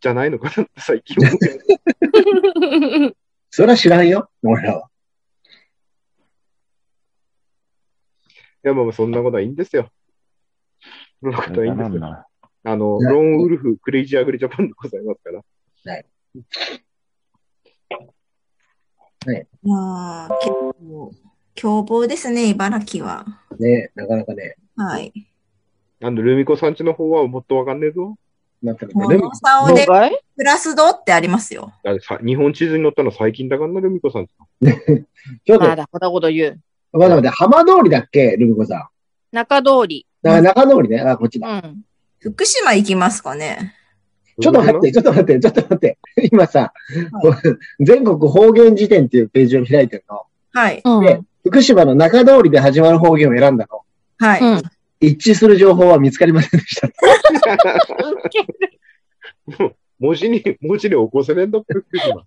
Speaker 8: じゃないのかなって最近思う。
Speaker 7: それは知らんよ、俺らは。
Speaker 8: いや、まあまあそんなことはいいんですよ。そんなことはいいんで
Speaker 4: なん
Speaker 8: すよ。
Speaker 4: だ
Speaker 8: あの、
Speaker 7: ね
Speaker 8: ローンウルフ、クレイジーアグリジャパンでございますから。
Speaker 6: いやー結構、凶暴ですね、茨城は。
Speaker 7: ねえなかなかね。
Speaker 6: はい。
Speaker 8: なんで、ルミコさんちの方はもっとわかんねえぞ。
Speaker 7: なかな
Speaker 6: こ
Speaker 7: かね。
Speaker 6: の竿
Speaker 5: どう
Speaker 6: で
Speaker 5: かい
Speaker 6: プラスドってありますよ。
Speaker 8: あれさ、日本地図に載ったの最近だからな、ルミコさん。
Speaker 7: ちょっと
Speaker 5: ま、だこんなこと言う。
Speaker 7: まだまだ、浜通りだっけルミコさん。
Speaker 5: 中通り。
Speaker 7: だから中通りね。あ、こっち
Speaker 5: う
Speaker 7: だ。
Speaker 5: ん。
Speaker 6: 福島行きますかね
Speaker 7: ちょっと待って、ちょっと待って、ちょっと待って。 今さ、
Speaker 6: は
Speaker 7: 全国方言辞典っていうページを開いてるの。
Speaker 6: はい。
Speaker 5: うん。
Speaker 7: で、福島の中通りで始まる方言を選んだの。
Speaker 6: はい。
Speaker 5: うん
Speaker 7: 一致する情報は見つかりませんでした。
Speaker 8: 文字に、文字で起こせねえんだっぺ、福島。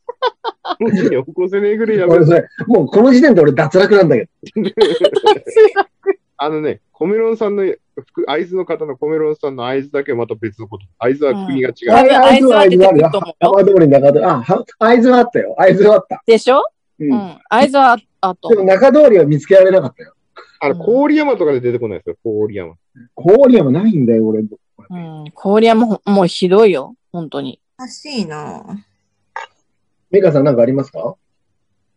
Speaker 8: 文字に起こせねえぐらいや べ
Speaker 7: 俺それ、もうこの時点で俺脱落なんだけど。
Speaker 8: あのね、コメロンさんの、福会津の方のコメロンさんの会津だけはまた別のこと。会津は国が違
Speaker 5: 多
Speaker 8: う。
Speaker 5: 分会津は出てくると思うよ。
Speaker 7: 浜通り、中通り。あ、は合図はあったよ。合図はあった。
Speaker 5: でしょ
Speaker 7: う。
Speaker 5: うんん。会津はあと
Speaker 7: で。も中通りは見つけられなかったよ。
Speaker 8: あの、郡山とかで出てこないですよ、郡山。
Speaker 7: 郡山ないんだよ、俺。
Speaker 5: うん。氷はもうもうひどいよ。本当に。
Speaker 6: おかしいなぁ
Speaker 7: メカさんなんかありますか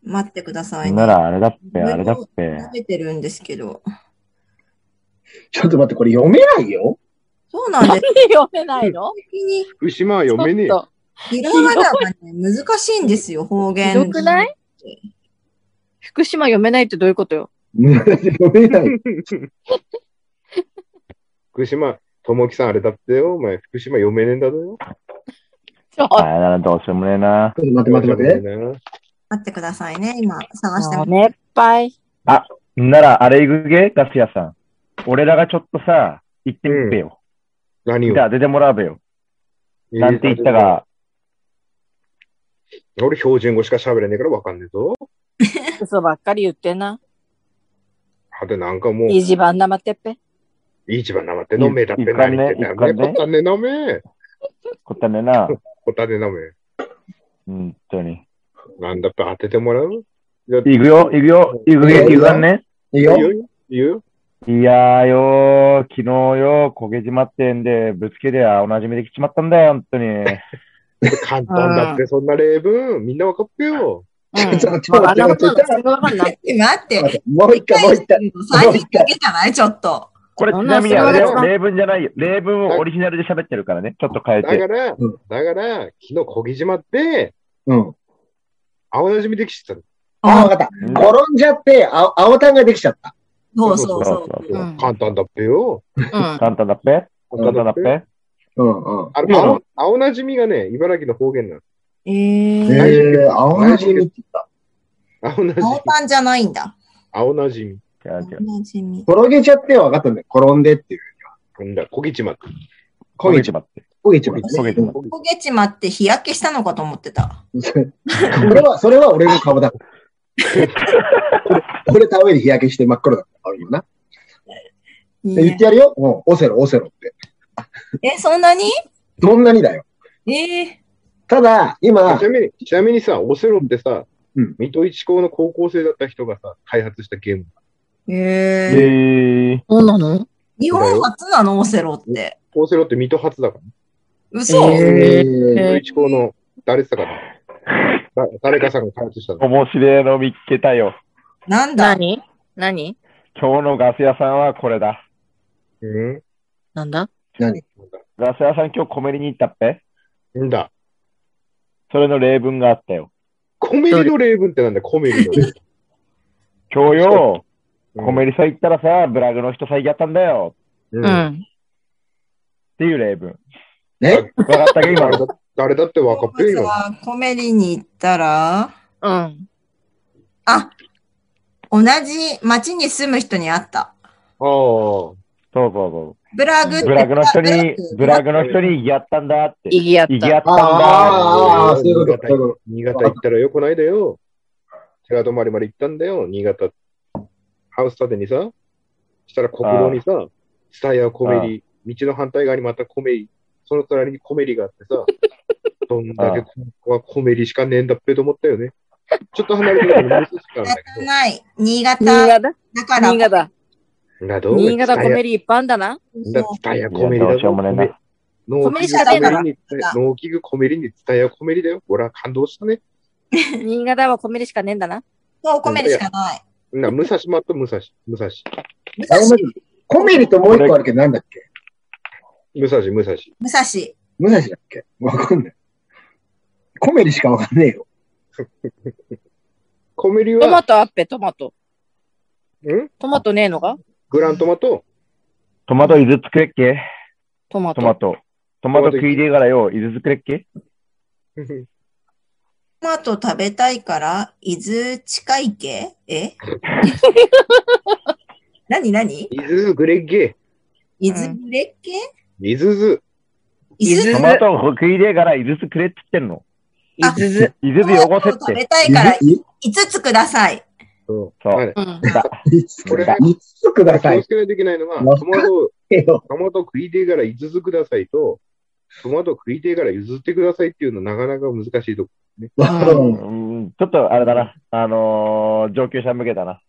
Speaker 6: 待ってください
Speaker 4: な。な
Speaker 6: ね。
Speaker 4: ら、あれだっぺ、あれだっぺ。
Speaker 6: 食べてるんですけど。
Speaker 7: ちょっと待って、これ読めないよ。
Speaker 6: そうなんです。
Speaker 5: 読めないの
Speaker 6: 的に、
Speaker 8: 福島は読めねえ
Speaker 5: ちょ
Speaker 8: よ。
Speaker 5: っ
Speaker 6: ひらがながね、難しいんですよ、方
Speaker 5: とひ
Speaker 6: 言。
Speaker 5: どくない福島読めないってどういうことよ。
Speaker 7: 読めない。
Speaker 8: 福島、ともきさんあれだってよ、お前、福島読めねえんだぞよ。
Speaker 5: ちょっ
Speaker 4: あれならどうしようもねえな。
Speaker 7: ちょっと待って待って待って。
Speaker 8: て。
Speaker 6: 待ってくださいね。今、探して
Speaker 5: と、
Speaker 6: も。
Speaker 5: ねっぱい。
Speaker 4: んなら、あれ行くげガス屋さん。俺らがちょっとさ、行ってみっぺよ。
Speaker 8: 何を
Speaker 4: じゃあ出てもらうべよ。なんて言った。か、
Speaker 8: 俺、標準語しか喋れねえからわかんねえぞ。
Speaker 5: 嘘ばっかり言ってんな。
Speaker 8: あとなんかもう、
Speaker 5: いい地盤なまってっぺ。
Speaker 8: 一番なまって飲めだって何言ってんだよ
Speaker 4: いいかんね
Speaker 8: ね。こたね飲め。
Speaker 4: こったねえな。
Speaker 8: こたね飲め。
Speaker 4: 本当に。
Speaker 8: なんだって当ててもらうじゃ
Speaker 4: 行
Speaker 8: あ
Speaker 4: くよ、行くよ、行くげ、行くがんね。
Speaker 7: いい
Speaker 8: 言う
Speaker 7: よ。
Speaker 8: よ言う
Speaker 4: いやーよー、昨日よー、焦げじまってんで、ぶつけりゃおなじみできちまったんだよ、本当に。
Speaker 8: これ簡単だって、そんな例文、みんなわかってよ。
Speaker 5: う
Speaker 7: ちょっ
Speaker 5: ん。
Speaker 7: と待って
Speaker 5: もうあ
Speaker 7: 待
Speaker 5: んなこ
Speaker 7: っ
Speaker 5: と
Speaker 7: て
Speaker 5: なの全然わかんない。
Speaker 6: 待って。
Speaker 7: もう一回、もう一回。
Speaker 6: 3人だけじゃないちょっと。
Speaker 4: これち
Speaker 5: そんな
Speaker 4: なみにあれ
Speaker 5: そん
Speaker 4: よ
Speaker 5: な
Speaker 4: 例文じゃないよ。例文をオリジナルで喋ってるからね。ちょっと変え
Speaker 8: だか
Speaker 4: て。
Speaker 8: ら、だ
Speaker 7: うん
Speaker 8: から、昨日、小木島って、
Speaker 7: うん。
Speaker 8: 青なじみできちゃった
Speaker 7: あ、わかった。
Speaker 4: うん
Speaker 7: 転んじゃって、あ青タンができちゃった。
Speaker 6: そうそうそう。
Speaker 5: う
Speaker 8: の
Speaker 5: ん。
Speaker 8: 簡単だってよ。
Speaker 5: うん。
Speaker 4: 簡単だっぺ簡単だっぺ
Speaker 7: うんうん。
Speaker 8: あれ、青青なじみがね、茨城の方言なの。
Speaker 6: えー。
Speaker 7: えー、青なじみって言った。
Speaker 8: 青なじみ。
Speaker 6: 青パンじゃないんだ。
Speaker 8: 青なじみ。
Speaker 4: 違う違う。
Speaker 6: 同じみ。
Speaker 7: 転げちゃっては分かったんだよ。転んでっていう。
Speaker 8: なんだ、小木島って。
Speaker 4: 焦
Speaker 7: 焦
Speaker 4: げ
Speaker 7: げ
Speaker 4: ち
Speaker 7: ち
Speaker 4: まって。
Speaker 7: 焦げちまった
Speaker 4: 焦げちまっ
Speaker 6: 焦げちまって日焼けしたのかと思ってた。
Speaker 7: それは、それは俺の 顔だ。俺、俺ために日焼けして真っ黒だった顔今な。
Speaker 6: いい
Speaker 7: 言っ
Speaker 6: ね
Speaker 7: てやるよ。うん、オセロ、オセロって。
Speaker 6: え、そんなに
Speaker 7: どんなにだよ。
Speaker 6: ええ
Speaker 7: ただ、今
Speaker 8: ち、なみに、ちなみにさ、オセロってさ、
Speaker 7: うん
Speaker 8: 水戸一高の高校生だった人がさ、開発したゲーム。
Speaker 4: え
Speaker 6: ええ
Speaker 4: ー、
Speaker 5: そうなの
Speaker 6: 日本初なのオセロって。
Speaker 8: オセロって水戸初だから、
Speaker 6: 嘘、
Speaker 5: え
Speaker 7: え
Speaker 8: 水
Speaker 7: ー
Speaker 8: 戸一高の誰だから、だ誰かさんが開発したの。
Speaker 4: 面白いの見っけたよ。
Speaker 6: なんだ
Speaker 5: 何何
Speaker 4: 今日のガス屋さんはこれだ。
Speaker 8: うん
Speaker 5: なんだ
Speaker 7: 何
Speaker 4: ガス屋さん今日コメリに行ったっぺ
Speaker 8: なんだ。
Speaker 4: それの例文があったよ。
Speaker 8: コメリの例文ってなんだ、コメリの例
Speaker 4: 今日よ、
Speaker 8: 文。
Speaker 4: コメリさ行ったらさ、ブラグの人詐欺やったんだよ。
Speaker 8: う。
Speaker 5: うんん。
Speaker 4: っていう例文。
Speaker 7: ね
Speaker 4: わかったけ今
Speaker 8: 誰
Speaker 4: の。
Speaker 8: だ誰だって分かってる
Speaker 6: 動
Speaker 8: よ
Speaker 6: 物。がコメリに行ったら、
Speaker 5: うん。
Speaker 6: あ、同じ町に住む人に会った。
Speaker 8: あ
Speaker 4: そうそうそ
Speaker 6: ブラグっ
Speaker 4: う。
Speaker 6: て
Speaker 4: ブラグの人に、ブラ
Speaker 6: グ。
Speaker 4: グの人にやったんだって。
Speaker 5: 意義やっ
Speaker 4: 意義や
Speaker 5: た
Speaker 4: っ。たんだ。
Speaker 7: あーあー、そう
Speaker 8: 新
Speaker 7: いうこと
Speaker 8: 潟
Speaker 7: そういうこ
Speaker 8: 新潟行ったらよ、こないだよ。寺泊まりまで行ったんだよ、新潟。ハウス建てにさ、したら国道にさ、スタイヤコメリ、道の反対側にまたコメリ、その隣にコメリがあってさ、どんだけここはコメリしかねえんだっぺと思ったよね。ちょっと離れてるから、もう少しかあるんだ
Speaker 6: 仕方ない。新潟
Speaker 5: 新潟
Speaker 6: だから。
Speaker 5: 新潟。
Speaker 8: けど。などう
Speaker 5: 新潟コメ
Speaker 8: リ。
Speaker 5: リ一般だな。
Speaker 8: スタイヤ
Speaker 4: いや
Speaker 8: コメリ
Speaker 4: ど
Speaker 8: だ
Speaker 4: うしようもねえな。
Speaker 8: 農
Speaker 5: コメ
Speaker 8: 機具
Speaker 5: リしかねえだ
Speaker 8: コメリに、農機具コメリにスタイヤコメリだよ。俺は感動したね。
Speaker 5: 新潟はコメリしかねえんだな。
Speaker 6: そう、コメリしかない。
Speaker 8: な、武蔵間と武蔵、武蔵、
Speaker 6: 武
Speaker 7: と。
Speaker 6: 蔵
Speaker 7: あ、ごめんコメリともう一個あるけど、なんだっけ
Speaker 8: 武蔵、武蔵。
Speaker 6: 武蔵。
Speaker 7: 武蔵だっけわかんない。コメリしかわかんねえよ。
Speaker 8: コメリ
Speaker 5: ト
Speaker 8: は
Speaker 5: マ、トあっぺ、トマト。
Speaker 8: ん
Speaker 5: トマトねえのか
Speaker 8: グラントマと、
Speaker 4: トマトいずつくれっけ
Speaker 5: トマ
Speaker 4: トマ
Speaker 5: ト。
Speaker 4: ト。トマト食いでえからよ、いずつくれっけ
Speaker 6: トマト食べたいから、伊豆近いけ え何何
Speaker 8: イズズグレッゲ、
Speaker 6: 伊豆ブレッケ
Speaker 8: イズズ、
Speaker 6: 伊豆
Speaker 4: トマト食いでえからいずつくれって言ってんの。
Speaker 5: いずず。
Speaker 4: いずで
Speaker 6: トマ
Speaker 4: 汚せ
Speaker 6: ト
Speaker 4: っ
Speaker 6: 食べ
Speaker 4: て。
Speaker 6: たいから、
Speaker 7: いい
Speaker 6: 5つください。
Speaker 8: そう
Speaker 4: そう
Speaker 8: はい
Speaker 5: うん。
Speaker 7: いつ
Speaker 8: これ
Speaker 7: だいつくだ
Speaker 8: 気
Speaker 7: さ
Speaker 8: を
Speaker 7: い
Speaker 8: つけないといけないのは、
Speaker 7: わか
Speaker 8: トマト、
Speaker 7: よ。
Speaker 8: トマト食いてえからイズズくださいと、トマト食いてえから譲ってくださいっていうのなかなか難しいとこ。
Speaker 7: う
Speaker 4: うんんちょっとあれだな。あのー、上級者向けだな。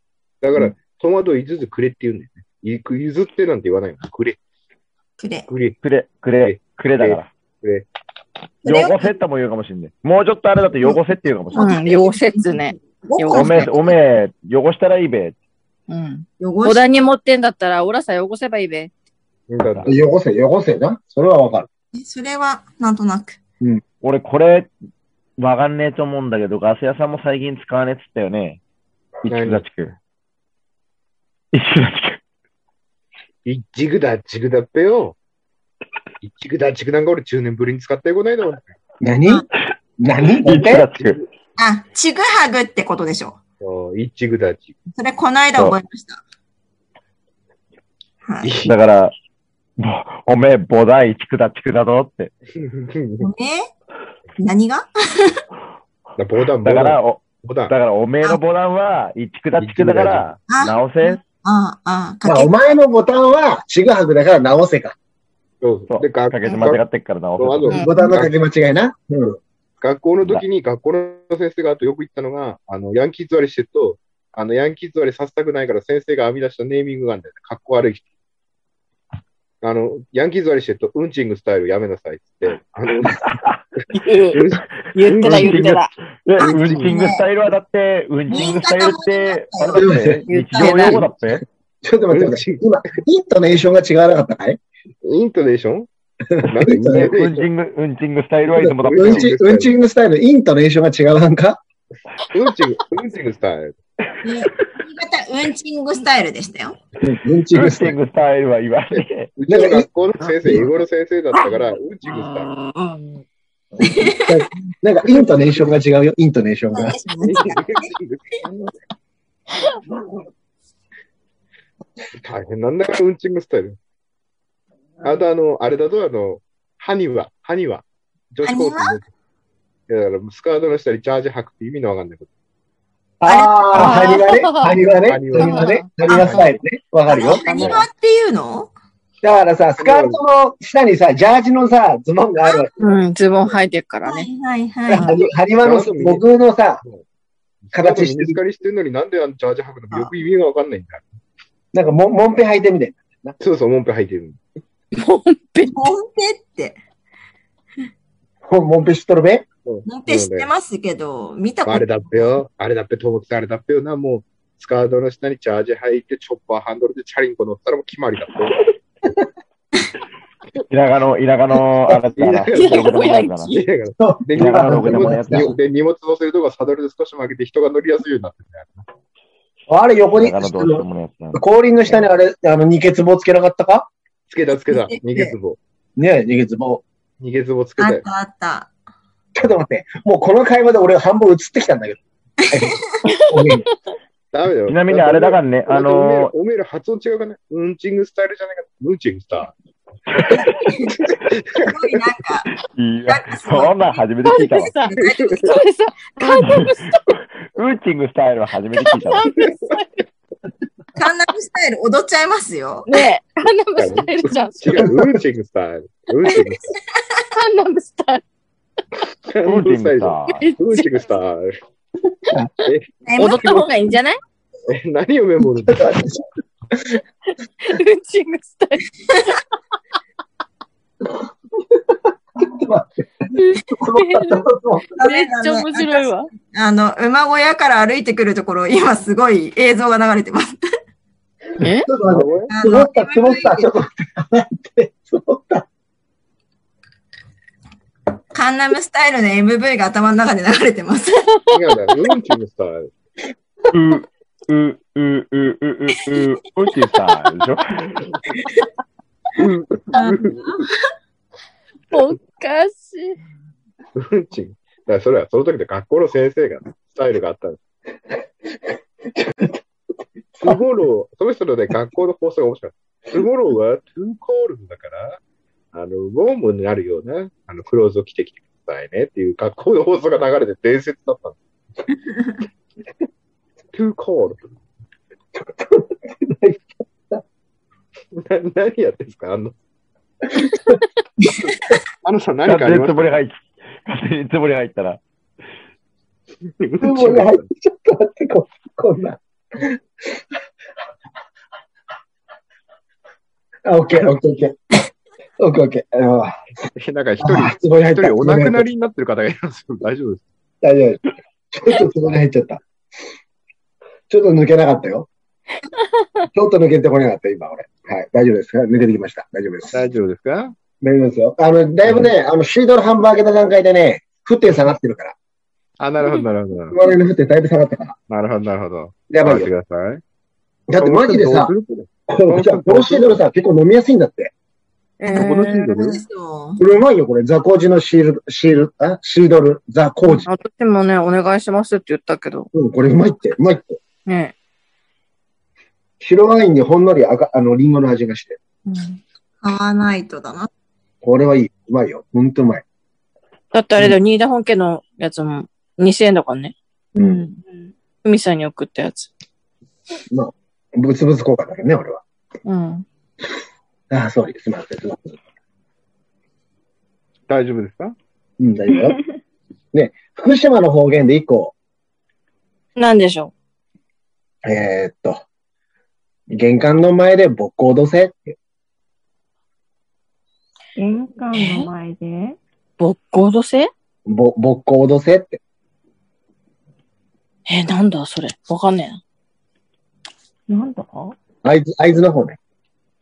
Speaker 8: だか
Speaker 7: う
Speaker 8: ら、トマトイズズくれって言うんだよね。いく譲ってなんて言わないの。くれ、
Speaker 6: くれ。
Speaker 8: くれ。
Speaker 4: くれ、くれ、くれだか
Speaker 8: くれ
Speaker 6: く
Speaker 4: ら。
Speaker 6: れを
Speaker 4: 汚せとも言うかもしんね。もうちょっとあれだと汚せって言うかもしんね。
Speaker 5: うん。溶接ね。
Speaker 6: 5
Speaker 4: お
Speaker 5: 汚
Speaker 6: 個
Speaker 4: めえ、おめえ、汚したらいいべ。
Speaker 5: うん。
Speaker 6: 汚
Speaker 5: お
Speaker 6: し
Speaker 5: 題に持ってんだったら、オラさ汚せばいいべ。
Speaker 8: だから
Speaker 7: 汚せ、汚せな。それはわかる。
Speaker 6: それは、なんとなく。
Speaker 4: 俺これ、わかんねえと思うんだけど、ガス屋さんも最近使わねえっつったよね。一
Speaker 8: 何
Speaker 4: 区立区。一区立
Speaker 8: いジグだ、ジグだっぺよ。一グダチグダンが俺10年ぶりに使った英語ないだろうね。
Speaker 7: 何何
Speaker 4: い
Speaker 7: だ
Speaker 4: いか
Speaker 7: って
Speaker 4: らつく。
Speaker 6: あ、ちぐはぐってことでしょ。
Speaker 8: そう一グダ チ
Speaker 6: それ、この間覚えました。はい。
Speaker 4: だから、ぼおめえ、ボダイチクダチクだぞって。
Speaker 8: グ
Speaker 6: ね何が
Speaker 8: ダ。ボダン、ボ
Speaker 4: だか
Speaker 8: ダ
Speaker 4: ら、
Speaker 8: ン、
Speaker 4: お
Speaker 8: ボダ
Speaker 4: だ
Speaker 8: ン。
Speaker 4: からおめえのボタンは、イチクダチクだから
Speaker 6: あ、
Speaker 4: 直せ。
Speaker 6: ああ、ああ、か
Speaker 7: まあ、
Speaker 6: け
Speaker 7: お、前のボタンは、ちぐはぐだから直せか。
Speaker 8: そう
Speaker 4: そう。
Speaker 8: で、
Speaker 4: か
Speaker 8: 学
Speaker 4: けて間違ってっから直
Speaker 8: そう
Speaker 6: うん
Speaker 7: ボタンのかけ間違いな。うん。
Speaker 8: 学校の時に、学校の先生があとよく言ったのが、あの、ヤンキー座りしてると、あの、ヤンキー座りさせたくないから先生が編み出したネーミングがあるんだよね。かっこ悪い人。あの、ヤンキー座りしてると、うんちんぐスタイルやめなさいってって、あの、
Speaker 5: 言ってた、言ってた。
Speaker 4: せ。で、
Speaker 6: あ
Speaker 4: ウンチングスタイルはだって、ウンチングスタイルって、あれだって、
Speaker 5: 言っ
Speaker 4: 日
Speaker 5: たよ
Speaker 4: 常用語だって。
Speaker 7: ちょっと待って待って。今、イントネーションが違わなかったかい
Speaker 8: イントネーションなんかイントネーシ
Speaker 4: ウ
Speaker 8: ョ
Speaker 4: ン
Speaker 8: ン
Speaker 4: チング、ウンチングスタイルはいつもだってよ。
Speaker 7: うんち、うんちんぐスタイル、イントネーションが違わんか
Speaker 8: うんちんぐ、うんちんぐスタイル。
Speaker 6: 新潟ウンチングスタイルでしたよ。
Speaker 7: うんうんちん
Speaker 4: ウン
Speaker 7: ぐス
Speaker 4: チ
Speaker 7: タイ
Speaker 4: ン
Speaker 7: ル。
Speaker 4: グスタイルは言わねえ。
Speaker 8: うちの学校の先生、英語の先生だったから、うんちんぐスタイル。
Speaker 7: なんか、イントネーションが違うよ、イントネーションが。
Speaker 8: 大変なんだから、うんちんぐスタイル。あと、あの、あれだと、あの、ハニワ、ハニワ。女子高生の。いや、だから、スカートの下にジャージ履くって意味のわかんないこ
Speaker 7: ああ、ハニワね。ハニワね。
Speaker 8: ハ
Speaker 7: ハ
Speaker 8: ニ
Speaker 7: ニ
Speaker 8: ワ
Speaker 7: ワね。ハニワスタイルね。わかるよ。
Speaker 6: ハニワっていうの
Speaker 7: だからさ、スカートの下にさ、ジャージのさ、ズボンがあるわけ。
Speaker 5: うん、ズボン履いてるから
Speaker 6: は
Speaker 5: ね。
Speaker 6: いはいは
Speaker 7: ハ
Speaker 6: い。
Speaker 7: ニハニワの、僕のさ、
Speaker 8: と。
Speaker 7: 形して
Speaker 8: ミ
Speaker 7: る
Speaker 8: ニスカにしてるのになんであのジャージ履くのよく意味がわかんないんだよ。
Speaker 7: なんかも、もんぺ履いてみて。
Speaker 8: そうそう、モンペ履いてる。
Speaker 6: モンペって、
Speaker 7: ほもんぺ知っとるべ
Speaker 6: モンペ知ってますけど、見たこ
Speaker 8: あ
Speaker 6: と
Speaker 8: れだっぺよ。あれだっぺ、友達あれだっぺよな。もう、スカートの下にチャージ履いて、チョッパーハンドルでチャリンコ乗ったらもう決まりだっ
Speaker 4: 田舎の、田舎の、あれだな。
Speaker 8: 田舎
Speaker 5: のヤンキー
Speaker 8: て。で、で
Speaker 4: だから僕でもやった
Speaker 8: 荷物乗せるとこサドルで少し曲げて人が乗りやすいようになってるね
Speaker 7: あれ横に
Speaker 4: 田、舎のどうしようもないやつだな。
Speaker 7: 後輪の下にあれ、あの、二ケツ棒つけなかったか
Speaker 8: つけたつけた。逃げつぼ。
Speaker 7: ねえ、二ケツ棒。
Speaker 8: 逃げつぼつけ
Speaker 6: あ
Speaker 8: た
Speaker 6: っ
Speaker 8: よ。
Speaker 6: たあった。
Speaker 7: ちょっと待って、もうこの会話で俺半分映ってきたんだけど。ごめん
Speaker 8: ダメだよ。
Speaker 4: ちなみにあれだからね、あの、
Speaker 8: おめえら発音違うかね。うんちんぐスタイルじゃないか。うんちんぐスタ
Speaker 6: すごいなんか、
Speaker 4: いや、 そんなん初めて聞いたわ。
Speaker 5: さ、それさ、韓国
Speaker 4: ウンチングスタイルは初めて聞いたわ。
Speaker 6: カンナムスタイル踊っちゃいますよ。
Speaker 5: ね、 カンナムスタイルじゃん。
Speaker 8: イル。違う。うんちんぐスタイル。うんちんぐス
Speaker 5: カンナムスタイル。
Speaker 8: タイル。
Speaker 4: ウンチングスタイル。
Speaker 8: うんちんぐスタイル。
Speaker 5: 踊った方がいいんじゃない
Speaker 8: え、え、何をメモるんだ
Speaker 5: ウンチングスタイル。めっちゃ面白いわ。
Speaker 6: あの、馬小屋から歩いてくるところ、今すごい映像が流れてます。
Speaker 5: え
Speaker 7: ちょっと待って、
Speaker 6: あ
Speaker 7: 積も
Speaker 6: の
Speaker 7: った、積もった、ちょっと待って、積もった。
Speaker 6: カンナムスタイルの MV が頭の中で流れてます。
Speaker 8: 違うんだよ。うんちんぐスタイル。
Speaker 4: う、う、う、う、う、う、う、ウンチングスタイルでしょ
Speaker 5: おかしい。
Speaker 8: うんちん。だからそれはその時で学校の先生が、スタイルがあったんです。スゴロー、その人のね、学校の放送が面白い。スゴローはトゥーコールだから、あの、ウォームになるような、あの、クローズを着てきてくださいねっていう学校の放送が流れて伝説だったんです。トゥーコール。な何やってんですかあの、あのさん何かあり
Speaker 4: 勝手につ
Speaker 8: ますか
Speaker 4: ぼり入っ勝手につぼり入ったら、
Speaker 7: 積もり入って、ちょっと待って、ここんな。あ、オッケー、オッケー、オッケー。オッケー、オッケー。あ
Speaker 8: なんか一人、
Speaker 7: あ、つぼり入っ
Speaker 8: 一
Speaker 7: た。
Speaker 8: 人お亡くな
Speaker 7: り。
Speaker 8: りになってる方がいる んですよ。大丈夫です。
Speaker 7: 大丈夫。ちょっとつぼり入っちゃった。ちょっと抜けなかったよ。ちょっと抜けてこれなかった、今、俺。はい、大丈夫ですか抜けてきました。大丈夫です。
Speaker 8: 大丈夫ですか
Speaker 7: 大丈夫ですよ。あの、だいぶね、あの、シードルハンバーげた段階でね、沸点下がってるから。
Speaker 8: あ、なるほど、なるほど。
Speaker 7: 我々の沸点だいぶ下がったから。
Speaker 8: なるほど、なるほど。
Speaker 7: やばい
Speaker 8: 待って
Speaker 7: よ。
Speaker 8: ください。
Speaker 7: だってマジでさ
Speaker 8: どう、する
Speaker 7: このシードルさ、結構飲みやすいんだって。
Speaker 5: え
Speaker 3: このシード
Speaker 5: ー、
Speaker 3: ル
Speaker 6: で、すよ。
Speaker 7: これうまいよ、これ。ザコージのシール、シール、あシードル、ザコージ。
Speaker 5: 私もね、お願いしますって言ったけど、
Speaker 7: うん、これうまいって、うまいって。
Speaker 5: ね
Speaker 7: 白ワインにほんのりあが、あの、リンゴの味がして。
Speaker 6: 買わないとだな。
Speaker 7: これはいい。うまいよ。ほんとうまい。
Speaker 5: だってあれだよ、新田本家のやつも2000円だからね。
Speaker 7: うん。
Speaker 5: 海さんに送ったやつ。
Speaker 7: ブツブツ効果だけどね、俺は。
Speaker 5: うん。
Speaker 7: ああ、そうです。すみません。すみません。
Speaker 3: 大丈夫ですか
Speaker 7: うん、大 丈夫よ。ね、福島の方言で一個、
Speaker 5: なんでしょ
Speaker 7: えーっと、玄関の前でぼっこ脅せって。
Speaker 9: 玄関の前で、
Speaker 5: う。ぼっこ脅せ
Speaker 7: ぼ、ぼっこ脅せって。
Speaker 5: え、なんだそれ。わかんねえな。
Speaker 9: なんだ
Speaker 7: 合図、合図の方ね。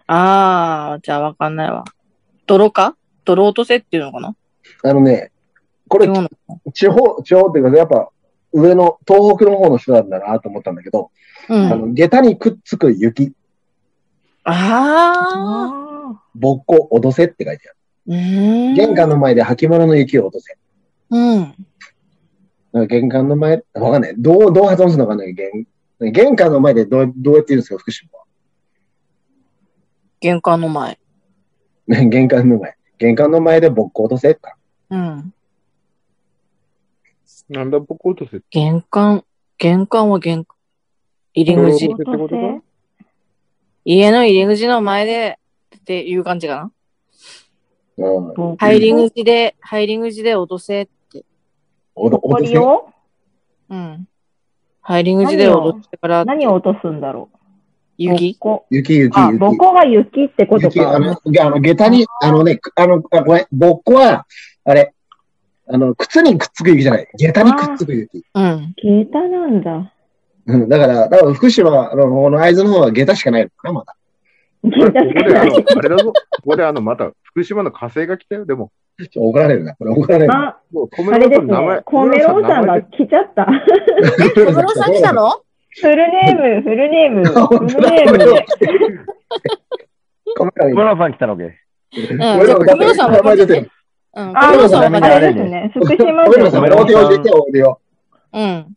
Speaker 5: あー、じゃあわかんないわ。泥か泥落とせっていうのかな
Speaker 7: あのね、これ
Speaker 5: 今、日の。
Speaker 7: 地方、地方っていうか、やっぱ、上の、東北の方の人なんだなと思ったんだけど、
Speaker 5: う
Speaker 7: あ
Speaker 5: ん。
Speaker 7: の、下駄にくっつく雪、
Speaker 5: あ
Speaker 9: あ
Speaker 7: ぼっこ脅せって書いてあ
Speaker 5: ー。
Speaker 7: る。
Speaker 5: うーん。
Speaker 7: 玄関の前で履物の雪を落とせ。
Speaker 5: うん。
Speaker 7: だから玄関の前、わかんない。どう、どう発音するのかね、玄、玄関の前でどう、どうやって言うんですか、福島は。
Speaker 5: 玄関の前。
Speaker 7: ね玄関の前。玄関の前でぼっこ落とせか。
Speaker 5: うん。
Speaker 3: なんだ、僕落とせ。
Speaker 5: 玄関、玄関は玄関。入り
Speaker 9: ー。
Speaker 5: 口。
Speaker 3: ってことだ
Speaker 5: 家の入り口の前で、っていう感じかな。
Speaker 7: うん。
Speaker 9: ぼ
Speaker 5: 入り口で、入り口で落とせって。
Speaker 7: お
Speaker 9: ぼっこりを
Speaker 5: うん。入り口で落としてから、
Speaker 9: 何を落とすんだろう
Speaker 5: 雪
Speaker 9: ぼっこ
Speaker 7: 雪、雪、
Speaker 9: あ、
Speaker 7: 雪。
Speaker 9: ぼこが雪ってこと
Speaker 7: 雪、あ
Speaker 9: か。
Speaker 7: の、いやあの、下駄に、あのね、あの、あごめん、ぼっこは、あれ、あの、靴にくっつく雪じゃない。下駄にくっつく雪。
Speaker 5: うん。
Speaker 9: 下駄なんだ。
Speaker 7: うん、だから、だから福島のこの会津の方は下駄しかないのかな、まだ。
Speaker 9: 下
Speaker 3: こ
Speaker 9: 駄し
Speaker 3: こ
Speaker 9: か
Speaker 3: で、あ
Speaker 9: ない
Speaker 3: の、あれだぞ。ここで、あの、また、福島の火星が来たよ。でも、
Speaker 7: ちょっと怒られるな、これ怒られるな。
Speaker 9: あ、
Speaker 3: もう、コ
Speaker 9: あ
Speaker 3: メ
Speaker 9: れ
Speaker 3: ロ
Speaker 9: です
Speaker 3: さん
Speaker 9: ね
Speaker 3: の名前。。
Speaker 9: コメロウさんが来ちゃった。
Speaker 7: 小
Speaker 5: の
Speaker 9: フルネーム、フルネーム、
Speaker 7: あ
Speaker 9: フ
Speaker 7: 本当
Speaker 9: ル
Speaker 7: だ
Speaker 9: ネームで。
Speaker 7: ごめん
Speaker 4: 村野さん来たのけ。
Speaker 5: うん。
Speaker 7: ごめん
Speaker 5: じゃあ小室さん
Speaker 7: 名
Speaker 5: は分か
Speaker 7: 前出
Speaker 5: って
Speaker 7: て
Speaker 5: る
Speaker 7: る。
Speaker 5: うん。
Speaker 9: あ
Speaker 5: 小室さんは分
Speaker 9: あ
Speaker 5: かって
Speaker 9: れ
Speaker 5: る。
Speaker 9: ですね。福島
Speaker 7: ごめんなさ
Speaker 9: 県
Speaker 7: い、オー
Speaker 9: の
Speaker 7: ディオ出て、オーディオ。
Speaker 5: うん。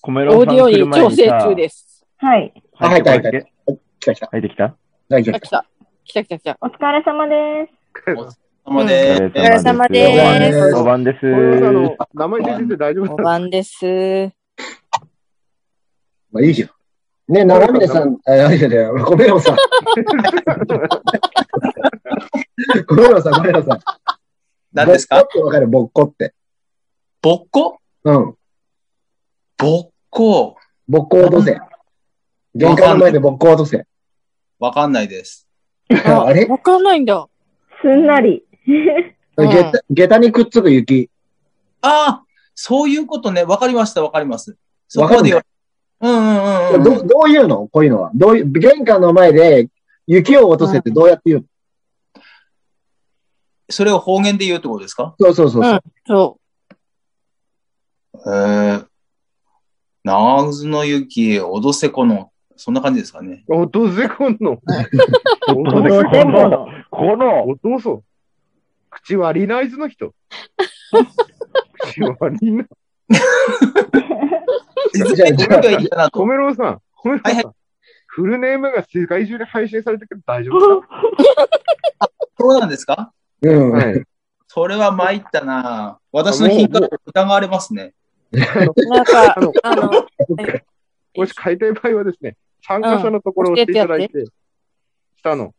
Speaker 4: コメロ
Speaker 5: オ
Speaker 4: ウ
Speaker 5: ー
Speaker 4: さ
Speaker 5: デ
Speaker 4: ん
Speaker 5: ィオ
Speaker 4: 来る
Speaker 5: に
Speaker 4: 前
Speaker 5: 調
Speaker 4: に
Speaker 5: 整
Speaker 4: さ、
Speaker 5: 中です。
Speaker 9: はい。
Speaker 7: あ、
Speaker 4: 入
Speaker 7: 入
Speaker 4: っ
Speaker 7: ってた、
Speaker 4: こ
Speaker 7: 入
Speaker 4: い
Speaker 7: った、入
Speaker 4: 入ってきた
Speaker 7: った。来た来た。大丈
Speaker 5: あ、
Speaker 7: 夫
Speaker 5: 来。た。来た来た来た。
Speaker 9: お疲れ様です。
Speaker 8: お疲れ様
Speaker 4: お
Speaker 8: で
Speaker 5: 疲れ様で
Speaker 7: ーす
Speaker 4: 5番です。
Speaker 3: コメロさんの名前出てて大丈夫な
Speaker 5: お
Speaker 3: の
Speaker 5: 番です。
Speaker 7: まあいいけど。ね、長峰さん、あ、いやいやいや、ごめんよさん。ごめんよさん、ごめんよさん。
Speaker 8: 何です
Speaker 7: ぼ
Speaker 8: か
Speaker 7: っこってわかる、ぼっこって。
Speaker 8: ぼっこ
Speaker 7: うん。
Speaker 8: ぼっこ
Speaker 7: ぼっこを落とせ。玄関の前でぼっこを落とせ。
Speaker 8: わかんないです。
Speaker 7: ああれ
Speaker 5: わかんないんだ。
Speaker 9: すんなり。
Speaker 5: うん
Speaker 7: 下駄下駄にくっつく雪。
Speaker 8: ああ、そういうことね。わかりました、わかります。そこまでよ。うんうんうんう
Speaker 7: ど
Speaker 8: ん。
Speaker 7: どういうのこういうのは。どういう、玄関の前で雪を落とせってどうやって言う
Speaker 8: それを方言で言うってことですか
Speaker 7: の、そうそうそうそう。
Speaker 5: そ
Speaker 8: へえ。長靴の雪、おどせこの。そんな感じですかね。
Speaker 3: おどうせこんの。お
Speaker 9: どう
Speaker 3: どうせ
Speaker 9: せ
Speaker 3: こん
Speaker 9: も
Speaker 3: の。
Speaker 9: の。
Speaker 4: この、
Speaker 3: お父さん。口割りないずの 人。口割りない。
Speaker 8: 絶
Speaker 7: じゃあ
Speaker 8: 対これがいいかな
Speaker 3: コ
Speaker 8: と。
Speaker 3: メロさん。コメロ
Speaker 8: はいは
Speaker 3: さん。フルネームが世界中で配信されてるけど大丈夫です
Speaker 8: そうなんですか
Speaker 7: うん。
Speaker 3: かはい。
Speaker 8: それは参ったな。私の品格疑われますね。
Speaker 5: う。なん か
Speaker 3: あ、の、
Speaker 5: あの、
Speaker 3: もし買いたい場合はですね、参加者のところを押していただいて、したの。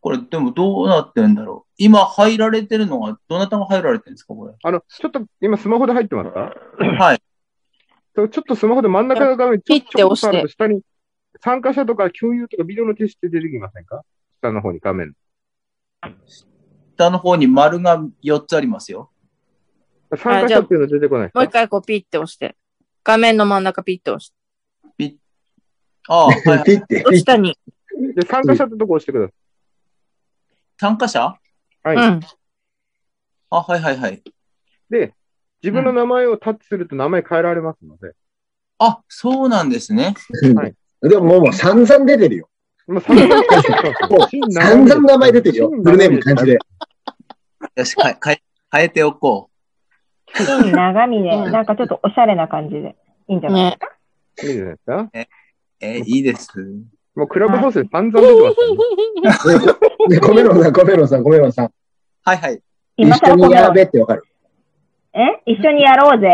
Speaker 8: これ、でもどうなってんだろう。今入られてるのが、どなたが入られてるんですか、これ。
Speaker 3: あの、ちょっと今スマホで入ってますか
Speaker 8: はい。
Speaker 3: そうちょっとスマホで真ん中の画面、ちょ
Speaker 5: ピッて押して
Speaker 3: ちょっと下に、参加者とか共有とかビデオの提示って出てきませんか下の方に画面。
Speaker 8: 下の方に丸が4つありますよ。
Speaker 3: 参加者っていうの出てこないです
Speaker 5: もう一
Speaker 3: か
Speaker 5: 回こうピッて押して。画面の真ん中ピッて押して。
Speaker 8: ああ、はい はい。
Speaker 7: ピッて、ピッて。
Speaker 5: 下に。
Speaker 3: で参加者ってとこ押してくださ
Speaker 8: 参加者
Speaker 3: い。
Speaker 5: う
Speaker 3: はい。
Speaker 5: ん。
Speaker 8: あ、はいはいはい。
Speaker 3: で、自分の名前をタッチすると名前変えられますので、
Speaker 8: あ、そうなんですね。
Speaker 3: はい
Speaker 7: でももう散々出てるよ。
Speaker 3: まあ、散々
Speaker 7: もう散々名前出てるよ。フルネーム漢字で。
Speaker 8: よし、か 変え、変えておこ
Speaker 9: 金長峰。
Speaker 5: うん
Speaker 9: なんかちょっとおしゃれな感じで。いいんじゃないです か、
Speaker 3: いいじゃないですか。
Speaker 8: う。えーいいです。
Speaker 3: もうクラブハウスで散々出てますからね。
Speaker 7: ね、コメロンさん、コメロンさん、コメロンさん。
Speaker 8: はいはい。
Speaker 7: 一
Speaker 9: 今更こ
Speaker 7: 緒に
Speaker 9: んな
Speaker 7: や
Speaker 9: の
Speaker 7: べってわかる。
Speaker 9: え一緒にやろうぜ。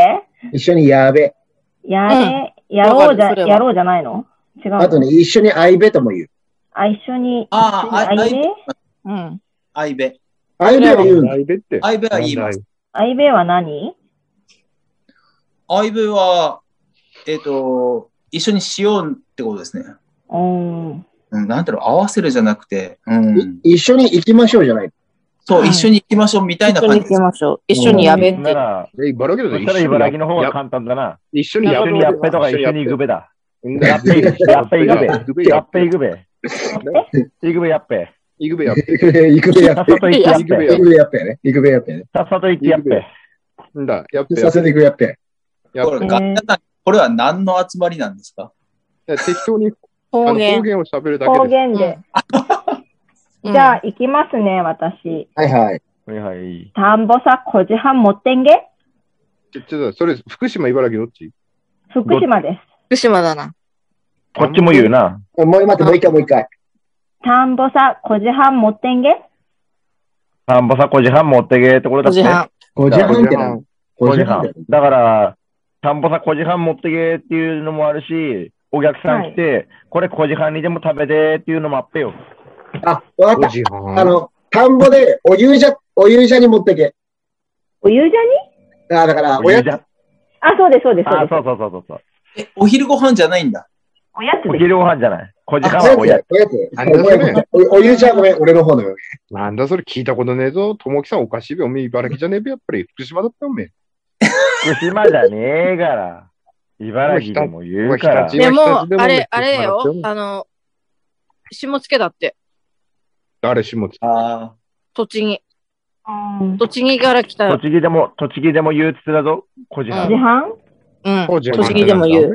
Speaker 7: 一緒にやべ。
Speaker 9: やれ、やろ
Speaker 5: わか
Speaker 9: う
Speaker 5: る
Speaker 9: じゃ、
Speaker 5: それは
Speaker 9: やろうじゃないの違うの
Speaker 7: あとね、一緒にあいべとも言う。
Speaker 9: あ、一緒に、
Speaker 8: ああ
Speaker 9: 一緒に
Speaker 8: あ
Speaker 9: あいべ
Speaker 5: うん。
Speaker 8: アイベ。
Speaker 7: あいべは言うんだ。
Speaker 3: ライベって。
Speaker 8: アイベは言います。
Speaker 9: あいべは何
Speaker 8: アイベは、えっ、と、一緒にしようってことですね。
Speaker 9: うーん。
Speaker 8: うん、なんだろう、合わせるじゃなくて、うん。
Speaker 7: 一緒に行きましょうじゃない。
Speaker 8: そう、
Speaker 5: はい
Speaker 8: 一緒に行きましょうみたいな
Speaker 5: 一緒
Speaker 8: 感
Speaker 5: に
Speaker 8: じ
Speaker 5: 行
Speaker 8: です
Speaker 5: き。ましょう。一緒にやべって
Speaker 4: な。ら、
Speaker 3: え、茨城
Speaker 4: そ
Speaker 3: だと
Speaker 4: したら茨城の方が簡単だな。
Speaker 3: 一緒に
Speaker 4: 一
Speaker 3: や
Speaker 4: 緒にやっぺとか一緒に行くべだ。やっぺ、やっぺ行くべ。やっぺ行くべ。行くべやっぺ。
Speaker 3: 行くべやっ
Speaker 7: 行くべや
Speaker 4: さ
Speaker 7: っ
Speaker 4: っさ
Speaker 7: ぺ。
Speaker 4: と行ってやっ
Speaker 3: 行くべ
Speaker 4: ぺ。
Speaker 7: 行くべやっぺやね。行くべやっぺやね。
Speaker 4: さっさと行ってやっぺ。
Speaker 3: ぺ。んだ、やっぺや
Speaker 7: さ
Speaker 3: っ
Speaker 7: せていくやっぺ。
Speaker 3: ぺ。やっ
Speaker 8: これ、
Speaker 9: うん
Speaker 8: ガッチャさん、これは何の集まりなんですか
Speaker 3: ぺ。適当にあの
Speaker 5: 方
Speaker 3: 方
Speaker 5: 言。
Speaker 3: 言を喋るだ
Speaker 9: 方
Speaker 3: けで
Speaker 9: 言で。
Speaker 5: うん
Speaker 9: じゃあ、行きますね、私。
Speaker 7: はいはい。
Speaker 4: はいはい。
Speaker 9: 田んぼさ、小じはん持ってんげ
Speaker 3: す。ちょちょっと、それ、福島、茨城どっち
Speaker 9: 福島です。
Speaker 5: 福島だな。
Speaker 4: こっちも言うな。
Speaker 7: もう待って、もう一回もう一回。
Speaker 9: 田んぼさ、小じはん持ってんげ
Speaker 4: 田んぼさ、小時半持ってけってことだ
Speaker 5: 5
Speaker 4: っ
Speaker 5: 時
Speaker 4: て。
Speaker 5: 半。
Speaker 7: 5時半ってな。
Speaker 4: 5
Speaker 7: 5
Speaker 4: 時
Speaker 7: 時
Speaker 4: 半
Speaker 7: 半。。
Speaker 4: だから、田んぼさ、5時半持ってけっていうのもあるし、お客さん来て、これ5時半にでも食べてっていうのもあっぺよ。
Speaker 7: あ、わかっ
Speaker 3: 時半
Speaker 7: た。あの、田んぼでお湯じゃ、お湯じゃに持ってけ。
Speaker 9: お湯じゃに
Speaker 7: あ、だから、おやつ
Speaker 4: じゃん。
Speaker 9: あ、そうです、そうです、そう
Speaker 4: あ、
Speaker 9: です
Speaker 4: そう。そうそうそうそう。
Speaker 8: え、お昼ご飯じゃないんだ。
Speaker 9: おやつ
Speaker 4: お
Speaker 9: です。
Speaker 4: 昼ご飯じゃない。5時
Speaker 7: お
Speaker 4: 半
Speaker 7: や
Speaker 4: は
Speaker 7: つ
Speaker 4: おやつ。
Speaker 7: おやつ
Speaker 3: なんだそれ
Speaker 7: おお湯じゃごめん、俺の方のよ。
Speaker 3: なんだそれ聞いたことねえぞ。ともきさんおかしいべ。おめえ茨城じゃねえべ。やっぱり福島だったよ、おめえ。
Speaker 4: 福島じゃねえから。茨城でも言うから。
Speaker 3: 日
Speaker 5: で
Speaker 3: 今
Speaker 5: も
Speaker 3: 一つで、も
Speaker 5: あれ、あれ
Speaker 3: 福島
Speaker 5: よ
Speaker 3: だっ。た
Speaker 5: あの、下付だって。
Speaker 3: あれ、下津。
Speaker 8: あ
Speaker 5: 栃木。
Speaker 9: うん
Speaker 5: 栃木から来た。
Speaker 4: 栃木でも、栃木でも言うっつってたぞ。5時
Speaker 9: 小
Speaker 4: 半
Speaker 9: じ。はん
Speaker 5: うん。
Speaker 3: 栃
Speaker 5: 栃木でも言う。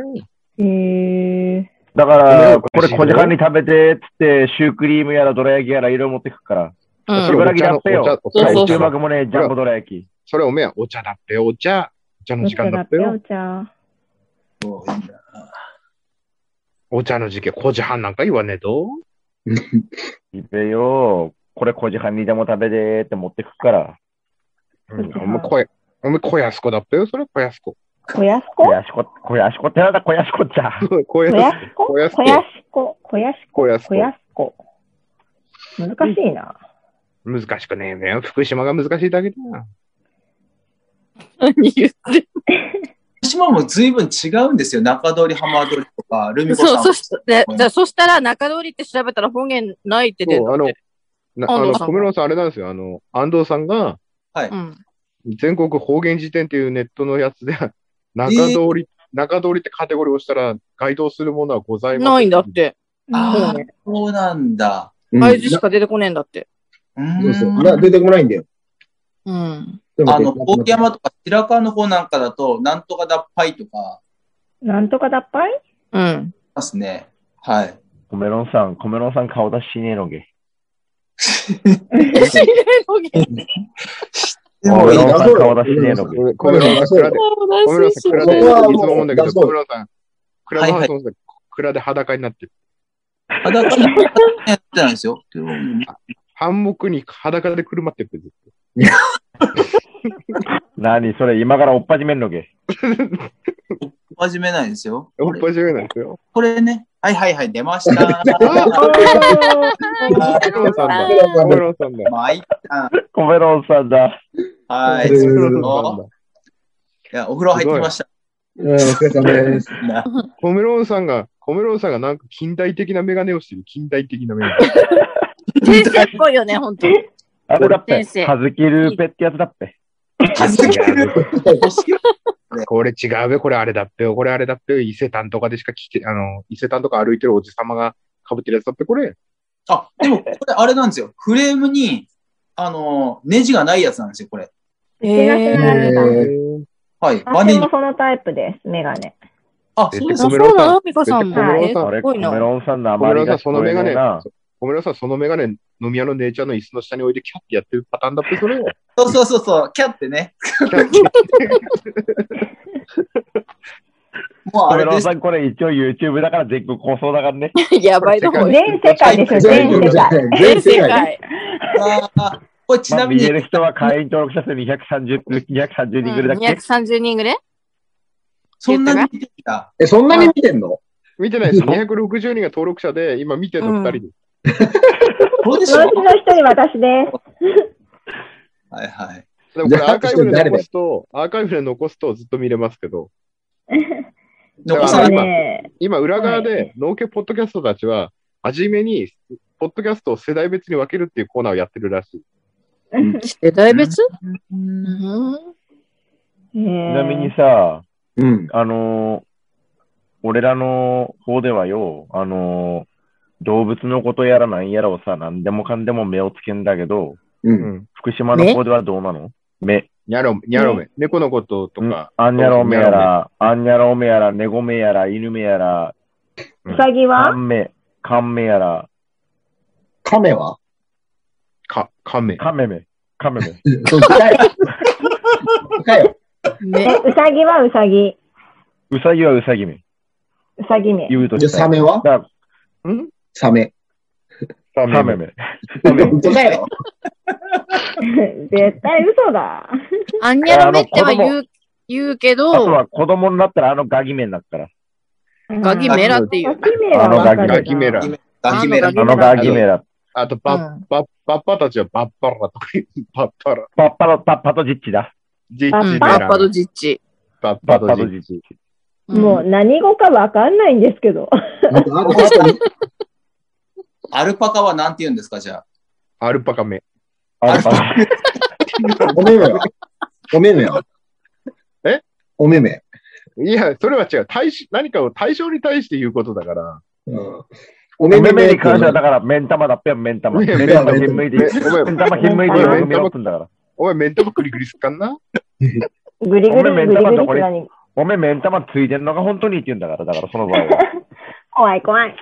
Speaker 3: う。
Speaker 9: へえ。
Speaker 4: だか
Speaker 3: 俺
Speaker 4: ら、
Speaker 3: は
Speaker 4: これ
Speaker 3: おかしいよ
Speaker 4: 5時半に食べてっつって、シュークリームやらどら焼きやらいろいろ持ってくから。
Speaker 5: う
Speaker 3: それ
Speaker 5: ん。
Speaker 4: 茨城だってよ
Speaker 3: お茶お
Speaker 5: そ
Speaker 3: 茶
Speaker 5: うそう
Speaker 3: お
Speaker 4: 最
Speaker 5: そう
Speaker 4: 中
Speaker 3: 茶
Speaker 4: 幕もねえ、ジャンボどら焼き。
Speaker 3: それおめえ、お茶だってよ、お茶。お茶の時間だってよ。
Speaker 9: お茶。
Speaker 8: あ、もういいな。
Speaker 3: お茶の時間、5時半なんか言わねえと。
Speaker 4: いっぺよ、これ5時半にでも食べてーって持ってくから。
Speaker 3: うんお前、声、お前、小安子だったよ、それ、小安子。
Speaker 9: 小安子
Speaker 4: 小屋しこ、小屋しこってなんだ、小屋しこっちゃ。
Speaker 3: 小
Speaker 9: 小安子
Speaker 3: 小安子
Speaker 9: 小安子小安
Speaker 3: 小安
Speaker 9: 子小安子難しいな。
Speaker 3: 難しくねえね福島が難しいだけだな。
Speaker 5: 何言って
Speaker 8: 福島も随分違うんですよ。中通り、浜通りとか、ルミ
Speaker 5: る。
Speaker 8: 子さ
Speaker 5: そ
Speaker 8: ん
Speaker 5: う、そ
Speaker 8: は。
Speaker 5: して、じゃあそしたら中通りって調べたら方言ないって出る
Speaker 3: そう、あの、なあ
Speaker 5: 安
Speaker 3: の、
Speaker 5: 藤さん
Speaker 3: 小室さん、あれなんですよ、あの、安藤さんが、
Speaker 8: はい。
Speaker 5: うん。
Speaker 3: 全国方言辞典っていうネットのやつで、 中通り、中通りってカテゴリーを押したら、該当するものはございません。
Speaker 5: ないんだっ。て。
Speaker 8: ああ、そうなんだ。
Speaker 7: うん
Speaker 5: 合図しか出てこねえんだって。
Speaker 8: う
Speaker 7: そうそう。
Speaker 8: ー
Speaker 7: あ
Speaker 8: ん。
Speaker 7: ら、出てこないんだよ。
Speaker 5: うん。
Speaker 7: ちょっ
Speaker 8: あ
Speaker 7: と
Speaker 8: の、
Speaker 7: 待っ
Speaker 8: 大
Speaker 7: て
Speaker 8: 山とか白川の方なんかだと、なんとかだっぱいとか、
Speaker 9: なんとかだっぱい
Speaker 5: うん。
Speaker 8: ますね。はい。
Speaker 4: コメロンさん、コメロンさん顔出ししねえのげ。
Speaker 8: で
Speaker 4: コ
Speaker 8: も
Speaker 4: メ
Speaker 8: いい
Speaker 4: ロン
Speaker 8: な。
Speaker 4: さん顔出しねえのげ。
Speaker 3: 小室さん、蔵で、小室さん、蔵で、いつ
Speaker 7: そこはもう
Speaker 3: も思うんだけど、
Speaker 7: 出そう
Speaker 3: 小室さん、蔵のハウスの中で、蔵で裸になってる。
Speaker 8: 裸にやってないですよ。でも
Speaker 3: ハンモックに裸でくるまってるってずっと。
Speaker 4: 何それ、今からおっ始めんのげ。
Speaker 8: 始めないですよ。
Speaker 3: お
Speaker 8: こ
Speaker 3: っ
Speaker 8: れ
Speaker 3: ぱじめないですよ。
Speaker 8: これね。はいはいはい、出ました。
Speaker 3: あ小室さんだ。小
Speaker 7: 小
Speaker 3: 室さんだ。
Speaker 8: 参った。
Speaker 4: コメロンさんだ。
Speaker 8: は
Speaker 3: 小
Speaker 8: い。い
Speaker 3: 室さんだ。
Speaker 8: や、お風呂入ってきました。
Speaker 7: うん、お疲れ様です。
Speaker 8: な
Speaker 3: コメロンさんが、コメロンさんがなんか近代的なメガネをしてる。近代的なメガネ。
Speaker 5: 先生っぽいよね、本当に。
Speaker 4: あれだっぺ
Speaker 5: 先。生
Speaker 4: カズキルーペってやつだっぺ。
Speaker 8: 恥ずかしい
Speaker 3: これ違うべ、これあれだっぺよ、これあれだっぺよ、伊勢丹とかでしか聞け、あの、伊勢丹とか歩いてるおじさまが被ってるやつだって、これ。
Speaker 8: あ、で も、これあれなんですよ。フレームに、あの、ネジがないやつなんですよ、これ。
Speaker 5: え
Speaker 7: え
Speaker 5: ー
Speaker 7: ー
Speaker 8: はい。バ
Speaker 9: 私
Speaker 8: ネに
Speaker 9: も。そのタイプです、メガネ。
Speaker 8: あ、
Speaker 3: え
Speaker 8: そうです
Speaker 5: あ
Speaker 8: か
Speaker 3: ご
Speaker 5: そ
Speaker 3: めん
Speaker 5: う
Speaker 3: なさい
Speaker 5: なの美香さんも。
Speaker 9: ごめんな
Speaker 5: え
Speaker 3: さい
Speaker 4: あれ、
Speaker 5: すご
Speaker 4: コ
Speaker 5: い
Speaker 4: メ
Speaker 5: な。
Speaker 4: ロンさんの
Speaker 3: ごめん
Speaker 4: 余
Speaker 3: な
Speaker 4: り
Speaker 3: さい、そ
Speaker 4: が聞
Speaker 3: の
Speaker 4: こ
Speaker 3: メ
Speaker 4: え
Speaker 3: ガ
Speaker 4: ねえ
Speaker 3: ネ
Speaker 4: な。、
Speaker 3: ごめんなさい、そのメガネ、飲み屋の姉ちゃんの椅子の下に置いてキャッてやってるパターンだって、それ。
Speaker 8: そうそうそうそう、キャってね。
Speaker 3: キャッキャッ
Speaker 8: もう
Speaker 4: コ
Speaker 8: あ
Speaker 4: メ
Speaker 8: れ
Speaker 4: ロ
Speaker 8: で
Speaker 4: ン
Speaker 8: す
Speaker 4: さ。ん、これ一応 YouTube だから全国放送だからね。
Speaker 5: やばいとこ。
Speaker 9: 全世界でしょ、全世界。
Speaker 5: 全世。界。
Speaker 8: あーこれち
Speaker 4: まあ、
Speaker 8: なみ
Speaker 4: 見
Speaker 8: に
Speaker 4: え、る人は会員登録者数230、230人ぐらいだっけ、
Speaker 5: 230人ぐらい
Speaker 8: そんなに見てきた。
Speaker 7: え、そんなに見てんの
Speaker 3: 見てないです。260人が登録者で、今見てるの2人です。
Speaker 8: そうでしょ
Speaker 9: 私の一人私です。
Speaker 8: はいはい。
Speaker 3: でもこれ
Speaker 7: じゃあ
Speaker 3: アーカイブで残すと、アーカイブで残すとずっと見れますけど、
Speaker 8: 残
Speaker 3: だ
Speaker 8: さ
Speaker 3: から今
Speaker 8: ない。
Speaker 9: ね、
Speaker 3: 今裏側
Speaker 9: は
Speaker 3: で、農家ポッドキャストたちは、初めに、ポッドキャストを世代別に分けるっていうコーナーをやってるらしい。
Speaker 5: 世代別
Speaker 8: うん
Speaker 9: ち
Speaker 4: ちなみにさ、
Speaker 7: うん。
Speaker 4: あのー俺らの方ではよ、あのー動物のことやらなんやらをさ、何でもかんでも目をつけんだけど、
Speaker 7: う。
Speaker 3: うんん。
Speaker 4: 福島の方ではどうなの目。
Speaker 3: ニャロメ、ニャロメ、猫のことと
Speaker 4: うん
Speaker 3: か、
Speaker 4: アンニャロメやら、アンニャロメやら、ネゴメやら、犬メやら、
Speaker 9: うさぎ
Speaker 4: カ
Speaker 9: は
Speaker 4: ンメ、カンメやら、
Speaker 7: 亀は
Speaker 3: か、カメ。
Speaker 4: カメメ、カメ メ。
Speaker 7: そっちかよ。そっちかよ。
Speaker 9: え、
Speaker 5: ね。
Speaker 9: うさぎはうさぎ。
Speaker 4: ウサギはウサギメ。
Speaker 9: うさぎめ。
Speaker 4: 言うと
Speaker 7: じゃあ
Speaker 4: した
Speaker 7: サ
Speaker 4: ら。
Speaker 7: メは
Speaker 4: だか
Speaker 3: ん
Speaker 7: サメ。
Speaker 3: サ
Speaker 4: らカメ。メ。
Speaker 7: 本当かよ。
Speaker 9: 絶対嘘だ。
Speaker 5: アンニャロメっては言う、言うけ
Speaker 4: あと
Speaker 5: ど、
Speaker 4: は子供になったらあのガギメになったら。
Speaker 5: ガギメラってい
Speaker 9: ガ
Speaker 5: う。
Speaker 9: キメラはわかるな
Speaker 3: ガキメラ
Speaker 8: ガキメラ
Speaker 5: あ。
Speaker 4: あのガギメだ。
Speaker 3: あと、
Speaker 5: う
Speaker 3: バッ、
Speaker 5: ん
Speaker 3: バッ、バッパたちはバッパラとか言う、バッパラ。
Speaker 4: パッパとパッパとジッチだ。
Speaker 3: ジッ
Speaker 9: バ
Speaker 3: チ
Speaker 9: ッ
Speaker 3: メ
Speaker 9: パ
Speaker 5: バッ
Speaker 3: ラ。
Speaker 5: パドジッチ。
Speaker 3: バッ
Speaker 4: パ
Speaker 3: パ
Speaker 4: ッパ
Speaker 3: と
Speaker 4: と
Speaker 3: ジ
Speaker 4: ジ
Speaker 3: ッ
Speaker 4: ッ
Speaker 3: チ。
Speaker 4: チ。
Speaker 5: ん
Speaker 9: もう何語かわかんないんですけど。
Speaker 7: あと、あとあと
Speaker 8: アルパカはなんて言うんですか、じゃあ。
Speaker 3: アルパカメ。
Speaker 4: アルパカ。
Speaker 7: おめめはおめめは
Speaker 3: え
Speaker 7: おめめ。
Speaker 3: いや、それは違う。対し、何かを対象に対して言うことだから。
Speaker 7: うんお
Speaker 4: メメ
Speaker 7: めめ
Speaker 4: メに関してはだから、メンタマだっぺよ、メンタマ。
Speaker 3: いや
Speaker 4: メンタマひんむいて、
Speaker 3: メ
Speaker 4: メ
Speaker 3: ンタマ
Speaker 4: ンタマひんむいてよく見ろっつんだから。
Speaker 3: お前、メンタもクリクリすっかんな
Speaker 9: グリグリ
Speaker 4: 俺メン
Speaker 9: グ
Speaker 4: タ
Speaker 9: リグ
Speaker 4: マの
Speaker 9: リ
Speaker 4: と
Speaker 9: っ
Speaker 4: こ
Speaker 9: て
Speaker 4: に
Speaker 9: 何
Speaker 4: おめえメンタマついてんのが本当にって言うんだから、だからその場合 は。
Speaker 9: 怖い怖い。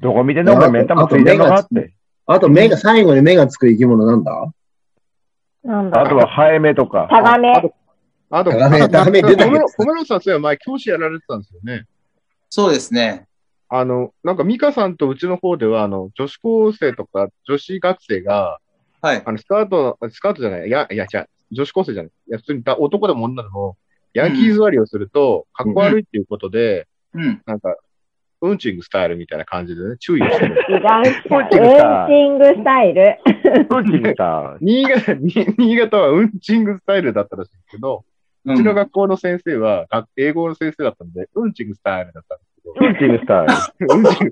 Speaker 4: どこ見てんのおめえメンタマついてんのかって。
Speaker 7: あと目が、最後に目がつく生き物なんだ
Speaker 9: なんだ
Speaker 4: あとは、ハエメとか。
Speaker 9: タガメ
Speaker 3: あ。とあと、
Speaker 7: ダメ、ダメ出た
Speaker 3: 小
Speaker 7: けど
Speaker 3: 室、小室さん、そういえば前、教師やられてたんですよね。
Speaker 8: そうですね。
Speaker 3: あの、なんか、ミカさんとうちの方では、あの、女子高生とか女子学生が、
Speaker 8: はい。
Speaker 3: あの、スカート、スカートじゃない、いや、いや、違う、女子高生じゃない。いや、普通にだ男でも女でも、ヤンキー座りをすると、かっこ悪いっていうことで、
Speaker 8: うん。
Speaker 3: なんか、うんちぐスタイルみたいな感じでね、注意をして る。
Speaker 9: 違う違う。ウ
Speaker 4: チングさ
Speaker 9: ンチングスタイル。
Speaker 4: うんちにさ、
Speaker 3: 新潟、に新潟はうんちんぐスタイルだったらしいんですけど、
Speaker 8: う
Speaker 3: うちの
Speaker 8: ん
Speaker 3: 学校の先生は、学英語の先生だったので、うんちんぐスタイルだったん
Speaker 4: うんちにさ、
Speaker 3: ですけど、うんちん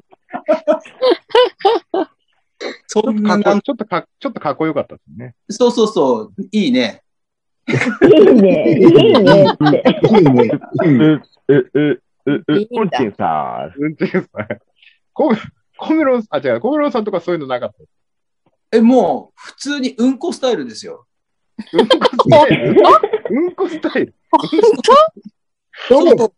Speaker 8: そん
Speaker 3: ぐ、か
Speaker 8: な
Speaker 3: っこ
Speaker 8: な、
Speaker 3: ちょっとか、ちょっとかっこよかったですね。
Speaker 8: そうそうそう、いいね。
Speaker 9: いいね、いいねって。
Speaker 7: いいね。
Speaker 4: う、う、う、う、うんちにさ、
Speaker 3: うんちんぐスタイル。コメコメロン、あ、違う、コメロンさんとかそういうのなかった。
Speaker 8: え、もう、普通にうんこスタイルですよ。
Speaker 3: うんこスタイルうんこスタイル
Speaker 7: そう
Speaker 8: そう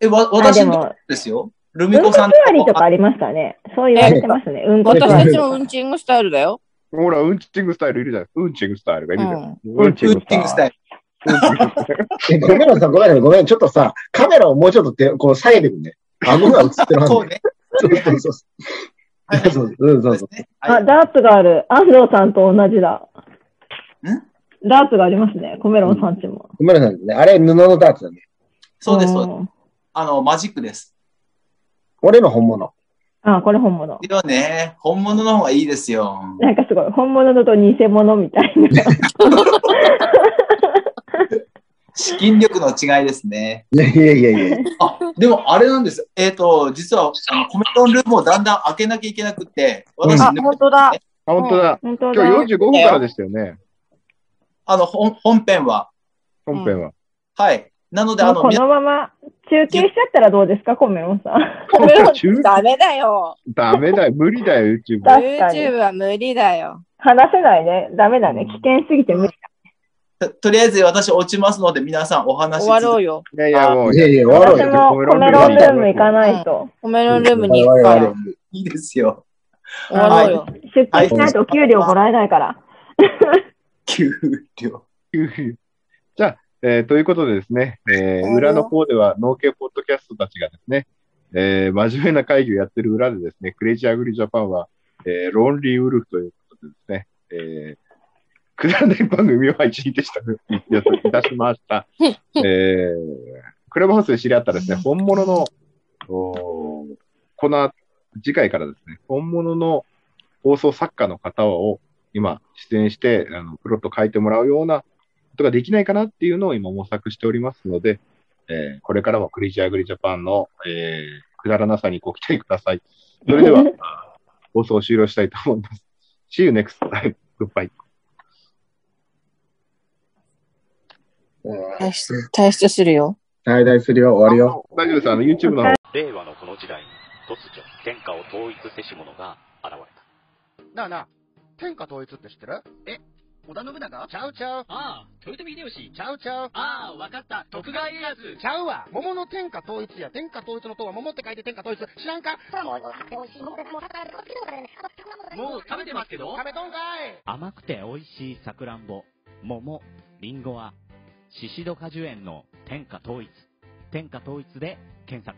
Speaker 8: え、わ、
Speaker 9: あ、
Speaker 8: 私
Speaker 9: で
Speaker 8: の
Speaker 9: も、
Speaker 8: ですよ。ル
Speaker 9: う
Speaker 8: ミ
Speaker 9: んこ
Speaker 8: コさん
Speaker 9: 座りとかありましたね。そう言われてますね。うんこ座
Speaker 5: 私た
Speaker 9: り
Speaker 5: ち
Speaker 9: と
Speaker 5: のう
Speaker 9: か
Speaker 5: ん。ちんグスタイルだよ。
Speaker 3: ほら、うんちんぐスタイルいるじゃないうんちんぐスタイルがいるじゃな
Speaker 5: う
Speaker 3: い
Speaker 5: ん
Speaker 4: うんち
Speaker 8: ウ
Speaker 4: に
Speaker 8: ッティングス
Speaker 4: さ
Speaker 8: タイ。
Speaker 7: えごめんなさい、ごめんなさい、ごめんなさい。ちょっとさ、カメラをもうちょっと手こう下げてみね。顎が映ってる
Speaker 8: ル。
Speaker 7: はず
Speaker 8: そうね。
Speaker 7: そうそうそう。
Speaker 8: はいはい
Speaker 7: そうそう
Speaker 8: そ
Speaker 7: そうう
Speaker 8: で
Speaker 7: そ
Speaker 8: す
Speaker 7: う。
Speaker 8: ね。は
Speaker 9: あ、
Speaker 8: い。
Speaker 9: ダーツがある。安藤さんと同じだ。ダーツがありますね。コメロンさんちも。
Speaker 7: ごめんなさいね。あれ、布のダーツだね。
Speaker 8: そうです、そうです。
Speaker 9: ん
Speaker 8: あの、マジックです。
Speaker 7: 俺の本物。
Speaker 9: あ、これ本物。
Speaker 8: ではね、本物の方がいいですよ。
Speaker 9: なんかすごい。本物だと偽物みたいな。
Speaker 8: 資金力の違いですね。
Speaker 7: いやいやいやいや。
Speaker 8: あ、でもあれなんです。えっ、と、実は、あのコメントンルームをだんだん開けなきゃいけなくて、私、
Speaker 5: あ、本当
Speaker 3: あ、
Speaker 5: だ。
Speaker 3: 本当だ。
Speaker 9: 本当だ。
Speaker 3: 今日45分からでしたよね、
Speaker 8: あの、本本編は。
Speaker 3: 本編は。
Speaker 8: はい。なので、あ
Speaker 9: もう
Speaker 8: の、
Speaker 9: こ
Speaker 8: 皆さ
Speaker 9: のまま中継しちゃったらどうですか、コメロンさん。
Speaker 5: コメロ
Speaker 3: 中
Speaker 5: ン、ダメだよ。
Speaker 3: ダメだよ、無理だよ、YouTube。
Speaker 9: 確かに
Speaker 5: YouTube は無理だよ。
Speaker 9: 話せないね。ダメだね。危険すぎて無理。
Speaker 8: ととりあえず私落ちますので、皆さんお話
Speaker 5: 終わろうよ。
Speaker 3: いやいや、もう。
Speaker 7: いやいや、終わろう
Speaker 6: 私
Speaker 7: よ。
Speaker 6: もコメロンルーム行かないと。
Speaker 5: コメロンルームに行くから。
Speaker 8: いいですよ。
Speaker 5: 終わろうよ。
Speaker 6: 出勤しないとお給料もらえないから。
Speaker 8: 給料。
Speaker 3: じゃあ、えーということでですね、えー裏の方では農系ポッドキャストたちがですね、えー真面目な会議をやってる裏でですね、クレイジーアグリジャパンは、えーロンリーウルフということでですね、えーくだらない番組を配信でした、やついたしました。えークラブハウスで知り合ったですね、本物の、おーこの次回からですね、本物の放送作家の方を今出演して、あのプロット書いてもらうようなことができないかなっていうのを今模索しておりますので、えーこれからもクリージアグリジャパンの、えーくだらなさにご期待ください。それでは、放送を終了したいと思います。See you next time. Goodbye.
Speaker 7: うん
Speaker 5: 退出、退出するよ。
Speaker 7: 滞在するよ、終わるよ。
Speaker 3: 大丈夫です。あの、YouTube の方
Speaker 10: 令和のこの時代に突如天下を統一せし者が現れた
Speaker 4: なあなあ、天下統一って知ってるえ、織田信長ちゃうちゃう。ああ、豊臣秀吉。ちゃうちゃう。ああ、わかった。徳川家康。ちゃうわ。桃の天下統一や。天下統一の塔は桃って書いて天下統一。知らんかもう食べてますけど。食べとんかい。
Speaker 10: 甘くて美味しいさくらんぼ桃りんごはシシド果樹園の天下統一天下統一で検索